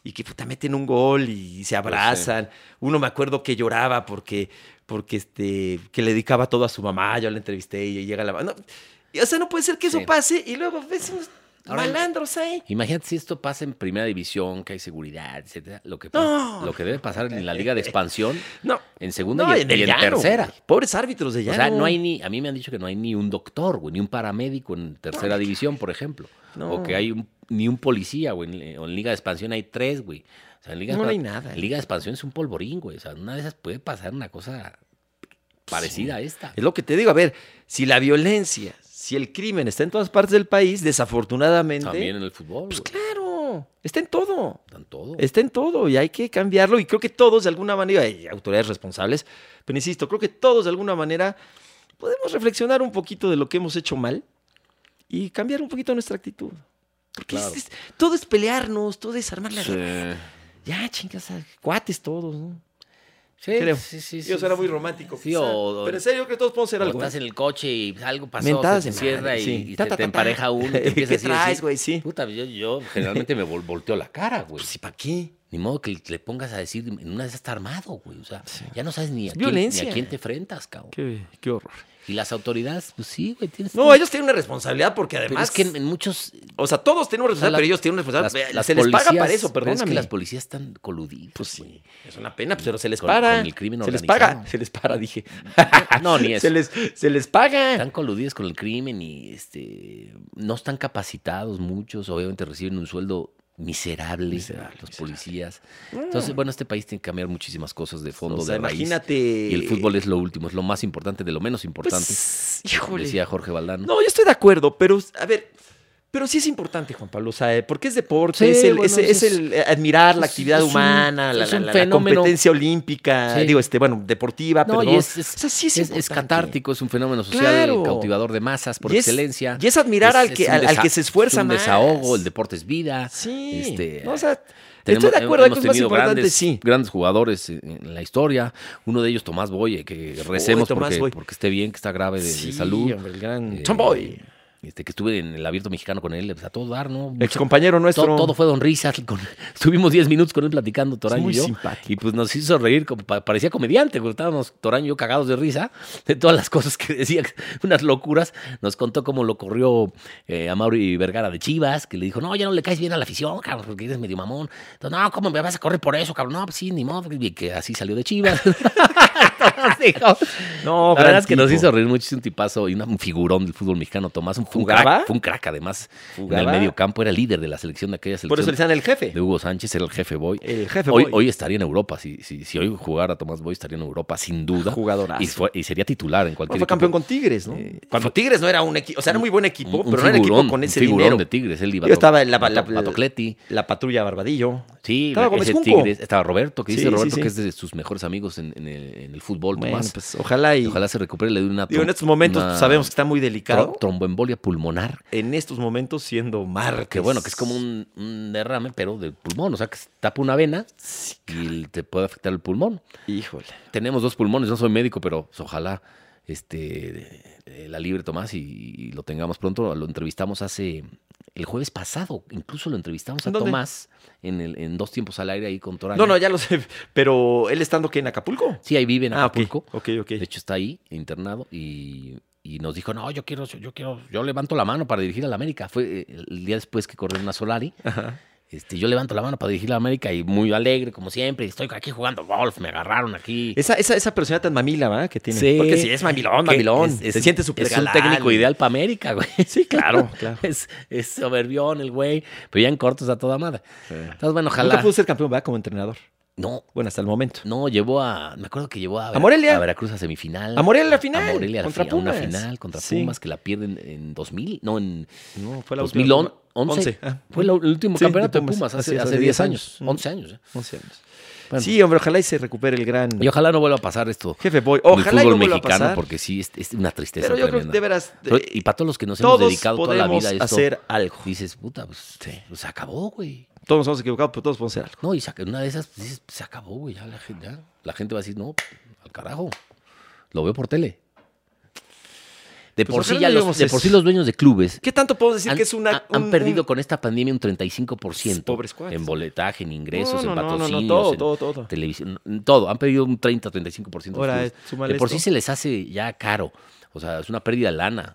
A: y que puta, meten un gol y,
B: Pues
A: se abrazan. Uno me acuerdo que lloraba porque, porque este, que le dedicaba todo a su mamá, yo la entrevisté y llega la mamá. No, y, o sea, no puede ser que eso
B: Sí.
A: pase y luego ves unos
B: Ahora-
A: malandros ahí.
B: Imagínate si esto pasa en primera división, que hay seguridad, etcétera. Lo que,
A: No.
B: lo que debe pasar en la liga de expansión,
A: No,
B: en segunda
A: no,
B: y, en, y
A: el
B: en
A: llano,
B: tercera.
A: güey. Pobres árbitros de
B: O
A: llano.
B: sea, no hay ni, a mí me han dicho que no hay ni un doctor, güey, ni un paramédico en tercera división, por ejemplo.
A: No.
B: O que hay un- ni un policía, güey. En, o en Liga de Expansión hay tres, güey. O sea, en Liga, de
A: No, no hay
B: Expan-
A: nada,
B: en
A: eh.
B: Liga de Expansión es un polvorín, güey. O sea, una de esas puede pasar una cosa parecida a esta.
A: Es lo que te digo, a ver, si la violencia, si el crimen está en todas partes del país, desafortunadamente,
B: También en el fútbol,
A: pues
B: güey.
A: claro, está en todo.
B: Están todos.
A: Está en todo y hay que cambiarlo y creo que todos de alguna manera, hay autoridades responsables, pero insisto, creo que todos de alguna manera podemos reflexionar un poquito de lo que hemos hecho mal y cambiar un poquito nuestra actitud. Porque es-
B: Claro.
A: es- todo es pelearnos, todo es armar la...
B: Sí.
A: Ya, chingas, a- cuates todos, ¿no?
B: Sí,
A: Creo.
B: sí, sí.
A: Yo era muy romántico.
B: Sí,
A: quizá,
B: o-
A: pero en serio que todos podemos ser
B: o
A: algo.
B: estás
A: ¿eh?
B: en el coche y algo pasó,
A: Mentadas
B: se te
A: de
B: cierra
A: madre,
B: y,
A: sí.
B: y
A: Ta,
B: te,
A: ta,
B: te
A: ta,
B: empareja
A: ta.
B: uno. y [LAUGHS] te empiezas a
A: [LAUGHS] ¿Qué
B: decir,
A: traes,
B: sí,
A: güey? Sí.
B: Puta, yo, yo generalmente me vol- volteo la cara, güey.
A: Pues, ¿y para qué?
B: Ni modo que le pongas a decir, en una de esas está armado, güey. O sea, ya no sabes ni a,
A: Es
B: quién, ni a
A: violencia.
B: quién te enfrentas, cabrón.
A: Qué, qué horror.
B: Y las autoridades, pues sí, güey, tienes...
A: No, ellos tienen una responsabilidad porque
B: Pero
A: además.
B: es que en, en muchos...
A: O sea, todos tenemos
B: o sea,
A: responsabilidad,
B: la-
A: pero ellos tienen una
B: las-
A: responsabilidad.
B: las
A: se les paga
B: policías-
A: para eso,
B: pero es que
A: perdóname.
B: las policías están coludidas,
A: Pues
B: güey.
A: sí, [LAUGHS] es una pena, pues, pero se les
B: Con-
A: para.
B: con el crimen
A: se les
B: organizado.
A: paga. Se les para, dije.
B: No, ni eso.
A: Se les, se les paga.
B: Están coludidos con el crimen y este no están capacitados muchos, obviamente reciben un sueldo miserable,
A: Miserable,
B: los
A: miserable.
B: policías. Entonces, bueno, este país tiene que cambiar muchísimas cosas de fondo,
A: O sea,
B: de raíz.
A: imagínate.
B: Y el fútbol es lo último, es lo más importante de lo menos importante,
A: Pues, híjole.
B: decía Jorge Valdano.
A: No, yo estoy de acuerdo, pero a ver, pero sí es importante, Juan Pablo, o sea, eh, porque es deporte,
B: Sí,
A: es el,
B: bueno,
A: es-
B: es-
A: es el, eh, admirar la
B: es-
A: actividad
B: es un-
A: humana, la,
B: es
A: la-
B: un
A: la- la
B: fenómeno.
A: competencia olímpica,
B: Sí.
A: digo, este, bueno, deportiva,
B: No,
A: perdón.
B: y es, es-
A: o sea, sí es,
B: es- es
A: importante.
B: catártico, es un fenómeno social
A: Claro.
B: cautivador de masas por
A: Y es-
B: excelencia.
A: Y es admirar
B: Es-
A: al,
B: es
A: que,
B: un
A: al, al
B: desa-
A: que se esfuerza
B: es un
A: más.
B: desahogo, el deporte es vida.
A: Sí,
B: Este,
A: no, o sea,
B: Tenemos- eh,
A: estoy de acuerdo, hay
B: hemos
A: cosas más
B: tenido
A: importantes,
B: grandes,
A: sí.
B: grandes jugadores en- en la historia. Uno de ellos, Tomás Boye, que recemos
A: Tomás
B: porque,
A: Boy.
B: porque esté bien, que está grave de, de
A: Sí,
B: salud.
A: hombre, el gran
B: Eh,
A: Tomboy,
B: Este, que estuve en el abierto mexicano con él, pues, a todo dar, ¿no?
A: ex compañero nuestro.
B: Todo, todo fue don risas. con- [LAUGHS] estuvimos 10 minutos con él platicando, Torán
A: muy
B: y yo.
A: simpático.
B: Y pues nos hizo reír, como pa- parecía comediante. porque Estábamos Torán y yo cagados de risa de todas las [LAUGHS] cosas que decía, unas locuras. Nos contó cómo lo corrió eh, a Mauri Vergara de Chivas, que le dijo: No, ya no le caes bien a la afición, cabrón, porque eres medio mamón. Entonces, no, ¿cómo me vas a correr por eso, cabrón? No, pues sí, ni modo. Y que así salió de Chivas. [LAUGHS] Entonces, dijo,
A: No,
B: la verdad
A: gran
B: es que nos
A: tipo.
B: hizo reír mucho, es un tipazo y una- un figurón del fútbol mexicano, Tomás. Un, fue un
A: ¿Jugaba?
B: crack, fue un crack, además, en el
A: ¿Jugaba?
B: medio campo, era líder de la selección de aquella selección
A: Por eso le decían el jefe.
B: de Hugo Sánchez, era el jefe boy.
A: El jefe
B: hoy,
A: Boy.
B: hoy estaría en Europa, si, si, si hoy jugara Tomás Boy estaría en Europa, sin duda.
A: Jugadorazo.
B: Y, fue- y sería titular en
A: Bueno,
B: cualquier Eh,
A: fue campeón con Tigres, ¿no? Cuando Tigres no era un equipo, o sea, era muy buen equipo, pero no era equipo con ese
B: figurón
A: dinero.
B: de Tigres, él iba
A: Yo estaba en la- la- la-
B: Batocleti.
A: La patrulla Barbadillo.
B: Sí,
A: Estaba
B: ese
A: Gómez Junco.
B: Tigres, estaba Roberto, que
A: Sí,
B: dice
A: sí,
B: Roberto
A: sí.
B: que es de sus mejores amigos en, en el, en el fútbol,
A: Bueno,
B: Tomás.
A: pues ojalá y.
B: Ojalá se recupere, le dé una
A: digo,
B: trom-
A: en estos momentos pues,
B: una
A: sabemos que está muy
B: tro-
A: delicado.
B: tromboembolia pulmonar.
A: En estos momentos siendo martes.
B: Que bueno, que es como un, un derrame, pero del pulmón. O sea, que se tapa una vena y te puede afectar el pulmón.
A: Híjole.
B: tenemos dos pulmones, no soy médico, pero pues, ojalá este, eh, la libre Tomás y, y lo tengamos pronto. Lo entrevistamos hace el jueves pasado, incluso lo entrevistamos a
A: ¿En dónde?
B: Tomás en, el- en dos tiempos al aire ahí con Torán.
A: No, no, ya lo sé. Pero él estando que en Acapulco.
B: Sí, ahí vive en
A: Ah, ok.
B: Acapulco.
A: Ok, ok.
B: De hecho, está ahí internado y, y nos dijo, no, yo quiero, yo, yo quiero, yo levanto la mano para dirigir a la América. Fue eh, el día después que corrieron a Solari.
A: Ajá.
B: Este, yo levanto la mano para dirigir a la América y muy alegre, como siempre. Estoy aquí jugando golf, me agarraron aquí.
A: Esa, esa, esa persona tan mamila, ¿verdad? Que tiene.
B: Sí.
A: Porque sí, es mamilón,
B: Que
A: mamilón.
B: es- es-
A: Se siente súper
B: Es un
A: galán.
B: técnico ideal para América, güey.
A: [LAUGHS] Sí,
B: [LAUGHS]
A: claro, claro.
B: Es, es soberbión el güey, pero ya en cortos a toda madre. Entonces, bueno,
A: Nunca
B: ojalá.
A: pudo ser campeón, ¿verdad? Como entrenador.
B: No,
A: Bueno, hasta el momento.
B: no, llevó a. Me acuerdo que llevó a, Vera-
A: A Morelia.
B: a Veracruz a semifinal.
A: A Morelia a la final,
B: A Morelia a la
A: contra
B: fi- a una
A: Pumas.
B: final contra
A: Sí.
B: Pumas que la pierden en 2000. No, en
A: No, fue la última-
B: 2011.
A: Once, ah.
B: Fue la- el último
A: Sí,
B: campeonato
A: de
B: de
A: Pumas.
B: Pumas
A: Así
B: hace,
A: es,
B: hace
A: hace
B: 10
A: 10
B: años.
A: años.
B: 11 años. eh.
A: 11 años.
B: Bueno.
A: Sí, hombre, ojalá y se recupere el gran
B: Y ojalá no vuelva a pasar esto.
A: jefe Boy.
B: en el
A: Ojalá y
B: fútbol
A: no vuelva a
B: mexicano,
A: pasar.
B: porque sí, es, es una tristeza.
A: pero yo creo que
B: tremenda.
A: de veras.
B: Pero-
A: eh,
B: y para todos los que nos hemos
A: todos
B: dedicado toda la
A: podemos
B: vida a esto,
A: hacer algo.
B: dices, puta, pues, pues, se acabó, güey.
A: Todos nos hemos equivocado, pero todos podemos hacer algo.
B: No, y saca- una de esas pues, dices, se acabó, güey. Ya la, gente, ya. la gente va a decir, no, al carajo. Lo veo por tele. De,
A: Pues
B: por, sí
A: ojalá
B: ya
A: no
B: los,
A: lleguemos
B: de
A: a
B: por sí
A: eso.
B: los dueños de clubes
A: ¿Qué tanto podemos decir
B: han,
A: que es una.
B: ha- han
A: un-
B: perdido
A: un-
B: con esta pandemia un 35%
A: Pobres cuates.
B: en boletaje, en ingresos,
A: No, no,
B: en
A: no, no, no,
B: patrocinios,
A: todo,
B: en
A: todo, todo.
B: televisión, en todo. Han perdido un 30-35% de
A: Ahora,
B: clubes.
A: eh, súmale
B: De por sí
A: esto.
B: se les hace ya caro. O sea, es una pérdida de lana.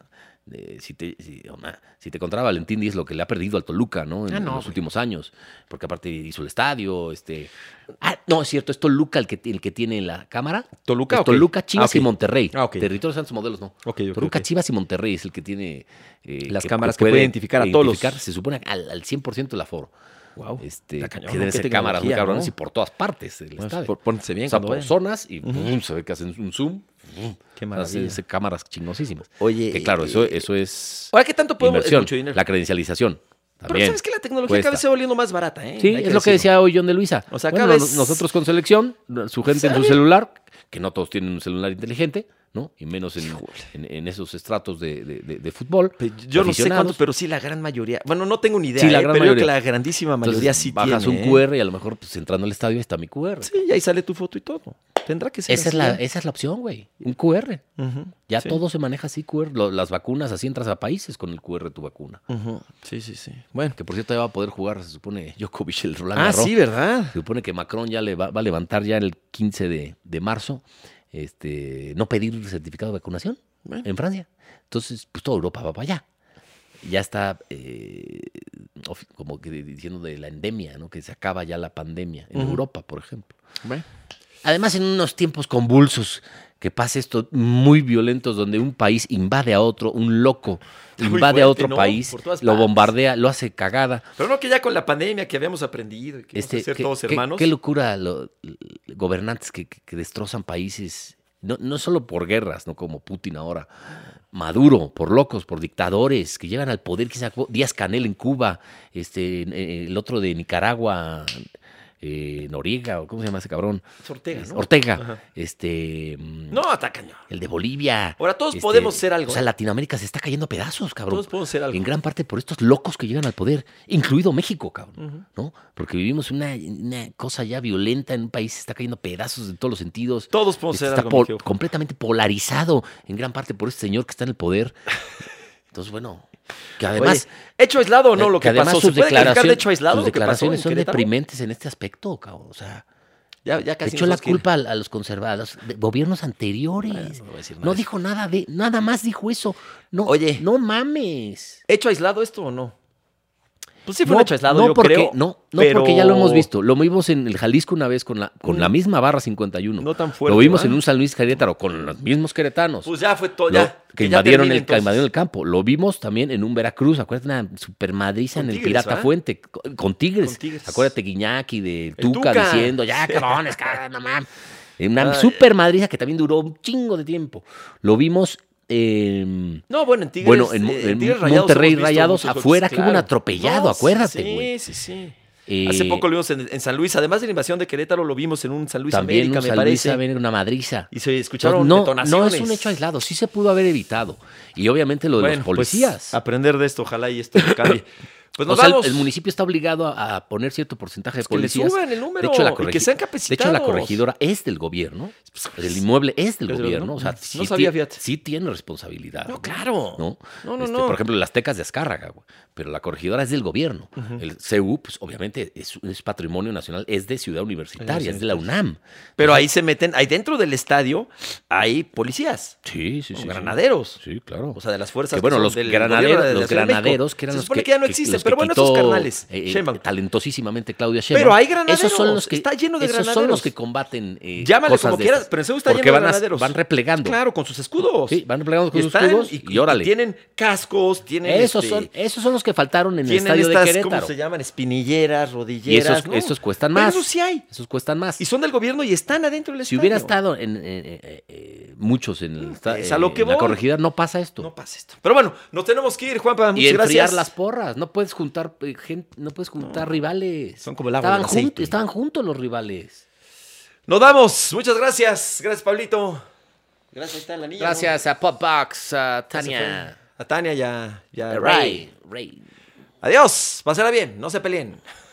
B: Eh, si, te, si, una- si te contara Valentín Díez lo que le ha perdido al Toluca, ¿no? En,
A: Ah,
B: en
A: no,
B: los
A: güey.
B: últimos años. Porque aparte hizo el estadio, este... Ah, no, es cierto, es Toluca el que, el que tiene la cámara.
A: ¿Toluca
B: Es
A: o qué?
B: Toluca,
A: Ah,
B: Chivas
A: ok.
B: y Monterrey.
A: Ah, ok.
B: Territorio Santos Modelos, no.
A: Ok, ok,
B: Toluca,
A: ok.
B: Chivas y Monterrey es el que tiene... eh,
A: Las cámaras que puede identificar a todos los-
B: Se supone al, al 100% el aforo.
A: Guau.
B: Este,
A: Oh, Está cañón,
B: que deben
A: qué
B: ser cámaras muy
A: tecnología,
B: cabrones
A: ¿no?
B: y por todas partes. el
A: Bueno,
B: estadio.
A: por- pónganse bien
B: O sea,
A: cuando
B: por
A: vayan.
B: zonas y ¡vum! se ve que hacen un zoom. ¡vum!
A: Qué
B: Hacen
A: maravilla.
B: esas cámaras chingosísimas.
A: Oye.
B: Que claro, eso,
A: eh,
B: eso es
A: Ahora, ¿qué tanto podemos.? Es
B: inversión.
A: mucho dinero.
B: La credencialización.
A: Pero
B: también
A: sabes que la tecnología
B: cuesta.
A: cada vez se va volviendo más barata, ¿eh?
B: Sí,
A: Hay
B: es lo que
A: decirlo.
B: decía hoy John de Luisa.
A: O sea,
B: Bueno,
A: cada
B: no-
A: vez-
B: nosotros con selección, su gente en su
A: ¿Sabe?
B: celular, que no todos tienen un celular inteligente, ¿no? Y menos en, en- en esos estratos de, de- de- de fútbol.
A: Pe- Yo no sé
B: aficionados.
A: cuándo, pero sí la gran mayoría. Bueno, no tengo ni idea,
B: Sí, la
A: ¿eh?
B: gran
A: pero yo creo que
B: mayoría.
A: la grandísima
B: Entonces,
A: mayoría sí
B: bajas
A: tiene.
B: un
A: ¿eh?
B: QR y a lo mejor pues, entrando al estadio ahí está mi QR.
A: Sí, y ahí sale tu foto y todo. Tendrá que ser
B: esa, es
A: así,
B: la,
A: ¿eh?
B: esa es la opción, güey. Un QR.
A: Ujú,
B: Ya
A: sí.
B: todo se maneja así, QR. Lo- las vacunas, así entras a países con el QR tu vacuna.
A: Ujú, Sí, sí, sí. Bueno.
B: Que por cierto ya va a poder jugar, se supone, [LAUGHS] Djokovic el Roland
A: Ah,
B: Garros.
A: sí, ¿verdad?
B: Se supone que Macron ya le va, va a levantar ya el 15 de, de marzo, este, no pedir certificado de vacunación
A: Bueno.
B: en Francia. Entonces, pues toda Europa va para allá. Ya está eh, ofi- como que diciendo de la endemia, ¿no? Que se acaba ya la pandemia en
A: Ujú.
B: Europa, por ejemplo.
A: Bueno.
B: Además, en unos tiempos convulsos, que pasa esto muy violentos, donde un país invade a otro, un loco
A: Está muy
B: invade
A: fuerte,
B: a otro
A: ¿no?
B: país,
A: Por todas
B: lo
A: partes.
B: bombardea, lo hace cagada.
A: Pero no que ya con la pandemia que habíamos aprendido y que íbamos a
B: Este,
A: ser todos hermanos.
B: qué locura los gobernantes que, que- que destrozan países, no, no solo por guerras, no como Putin ahora, Maduro, por locos, por dictadores que llegan al poder, quizá Díaz Canel en Cuba, este, eh, el otro de Nicaragua, eh, Noriega, o cómo se llama ese cabrón,
A: Es Ortega, ¿no?
B: Ortega,
A: Ajá.
B: este mm,
A: No, atacan. no.
B: el de Bolivia.
A: Ahora, todos
B: este,
A: podemos ser algo. ¿eh?
B: O sea, Latinoamérica se está cayendo a pedazos, cabrón.
A: Todos podemos ser algo.
B: En gran parte por estos locos que llegan al poder, incluido México, cabrón.
A: Ujú.
B: ¿No? Porque vivimos una, una cosa ya violenta en un país, se está cayendo a pedazos en todos los sentidos.
A: Todos podemos
B: Este,
A: ser
B: está
A: algo.
B: pol-
A: Mejía Ojo.
B: completamente polarizado en gran parte por este señor que está en
A: [LAUGHS]
B: el poder. Entonces, bueno, que además.
A: Oye, hecho aislado o no
B: eh,
A: lo que,
B: además
A: pasó.
B: sus
A: ¿Se puede calificar de
B: declaraciones-
A: hecho aislado
B: sus
A: lo que pasó en
B: declaraciones son
A: Querétaro?
B: deprimentes en este aspecto, cabrón. O sea,
A: Ya, ya
B: le
A: casi
B: echó
A: nos
B: la
A: quiere.
B: culpa al- a, los conservadores, de gobiernos anteriores.
A: Bueno, no voy a decir nada
B: no
A: de
B: dijo nada de, nada más dijo eso. No,
A: Oye.
B: no mames.
A: ¿Hecho aislado esto o no? Pues sí fue un hecho aislado,
B: no
A: yo
B: porque,
A: creo.
B: No, no
A: pero- Mm.
B: porque ya lo hemos visto. Lo vimos en el Jalisco una vez con la, con la misma barra 51.
A: No tan fuerte,
B: Lo vimos
A: ¿verdad?
B: en un San Luis Querétaro con los mismos queretanos.
A: Pues ya fue todo,
B: Lo-
A: ya.
B: que
A: ya
B: invadieron,
A: termine,
B: el, que
A: entonces.
B: invadieron el campo. Lo vimos también en un Veracruz. Acuérdate una supermadriza
A: Con
B: en el
A: Tigres,
B: Pirata
A: ¿verdad?
B: Fuente con, con tigres.
A: Con Tigres.
B: Acuérdate Guiñaki de
A: El
B: Tuca,
A: Tuca.
B: diciendo, ya cabrones, cabrón, no mames. Una
A: Ay.
B: supermadriza que también duró un chingo de tiempo. Lo vimos em, en
A: No, bueno, en Tigres.
B: Bueno, en Mo-
A: eh,
B: en
A: Tigres
B: Monterrey
A: hemos visto
B: Rayados,
A: muchos golpes,
B: afuera que hubo un atropellado, acuérdate,
A: sí,
B: güey.
A: Sí, sí,
B: Eh,
A: Hace poco lo vimos en, en San Luis. Además de la invasión de Querétaro, lo vimos en un San Luis
B: también
A: América,
B: un
A: me
B: San Luis
A: parece.
B: a ver una madriza.
A: Y se escucharon
B: no, no
A: detonaciones.
B: es un hecho aislado, sí se pudo haber evitado. Y obviamente lo de
A: Bueno,
B: los
A: pues,
B: policías.
A: aprender de esto, ojalá y esto no
B: [LAUGHS]
A: cambie. Pues nos
B: o sea, el-
A: vamos.
B: el municipio está obligado a, a poner cierto porcentaje de
A: que le
B: policías.
A: suban el número
B: de hecho, la
A: y que
B: corregi-
A: sean
B: De hecho, la
A: capacitados.
B: corregidora es del gobierno. El inmueble es
A: Desde
B: del
A: luego,
B: gobierno.
A: ¿no?
B: O sea,
A: No
B: sí,
A: sabía,
B: ti-
A: fíjate.
B: sí tiene responsabilidad.
A: No, claro.
B: ¿no?
A: No, no,
B: Este,
A: no.
B: Por ejemplo, las tecas de Azcárraga, güey. Pero la corregidora es del gobierno. El CEU, pues obviamente es, es patrimonio nacional, es de ciudad universitaria, es de la UNAM. Pues,
A: Pero ahí se meten, ahí dentro del estadio hay policías,
B: Sí, sí, sí.
A: o
B: sí.
A: granaderos.
B: Sí, claro.
A: O sea, de las fuerzas.
B: Que bueno,
A: son
B: los
A: del gobierno de
B: granaderos,
A: la
B: los
A: Ciudad de
B: granaderos
A: México.
B: que eran
A: Se
B: los
A: supone
B: que,
A: que ya no
B: que-
A: existen,
B: los que
A: pero bueno,
B: quitó,
A: esos carnales.
B: eh, eh,
A: Sheinbaum.
B: talentosísimamente Claudia Sheinbaum.
A: Pero hay
B: Esos son
A: granaderos,
B: los que
A: está lleno de
B: esos son
A: granaderos.
B: los que combaten eh,
A: Llámale
B: cosas
A: como
B: de
A: quieras,
B: estas.
A: pero en Seúl está
B: Porque
A: lleno de
B: van, as-
A: granaderos.
B: van replegando.
A: Claro, con sus escudos.
B: Sí, van replegando con
A: y
B: sus
A: están,
B: escudos
A: y,
B: y órale.
A: y tienen cascos, tienen.
B: esos
A: este,
B: son esos son los que faltaron en el
A: tienen
B: estadio
A: estas,
B: de
A: ¿cómo
B: Querétaro.
A: se llaman? Espinilleras,
B: Y
A: rodilleras.
B: esos,
A: ¿no?
B: esos cuestan
A: Pero
B: más.
A: Esos sí hay.
B: Esos cuestan más.
A: Y son del gobierno y están adentro del
B: Si
A: estadio.
B: hubiera estado en, eh, eh, eh, muchos en, el esta- eh,
A: Es a lo que
B: en la
A: voy.
B: corregidora, no pasa esto.
A: No pasa esto. Pero bueno, nos tenemos que ir, Juanpa.
B: y
A: Ah, Muchas
B: enfriar
A: gracias.
B: las porras. No puedes juntar eh, gente, no puedes juntar rivales.
A: Son como el agua
B: estaban,
A: y el aceite.
B: juntos- estaban juntos los rivales.
A: Nos damos. Muchas gracias. Gracias, Pablito. Gracias, ahí está la niña.
B: Gracias a Popbox, a
A: ¿no? Ya se fue.
B: Tania,
A: A Tania ya. ya
B: a Ray. Ray.
A: Adiós. Pasará bien. No se peleen.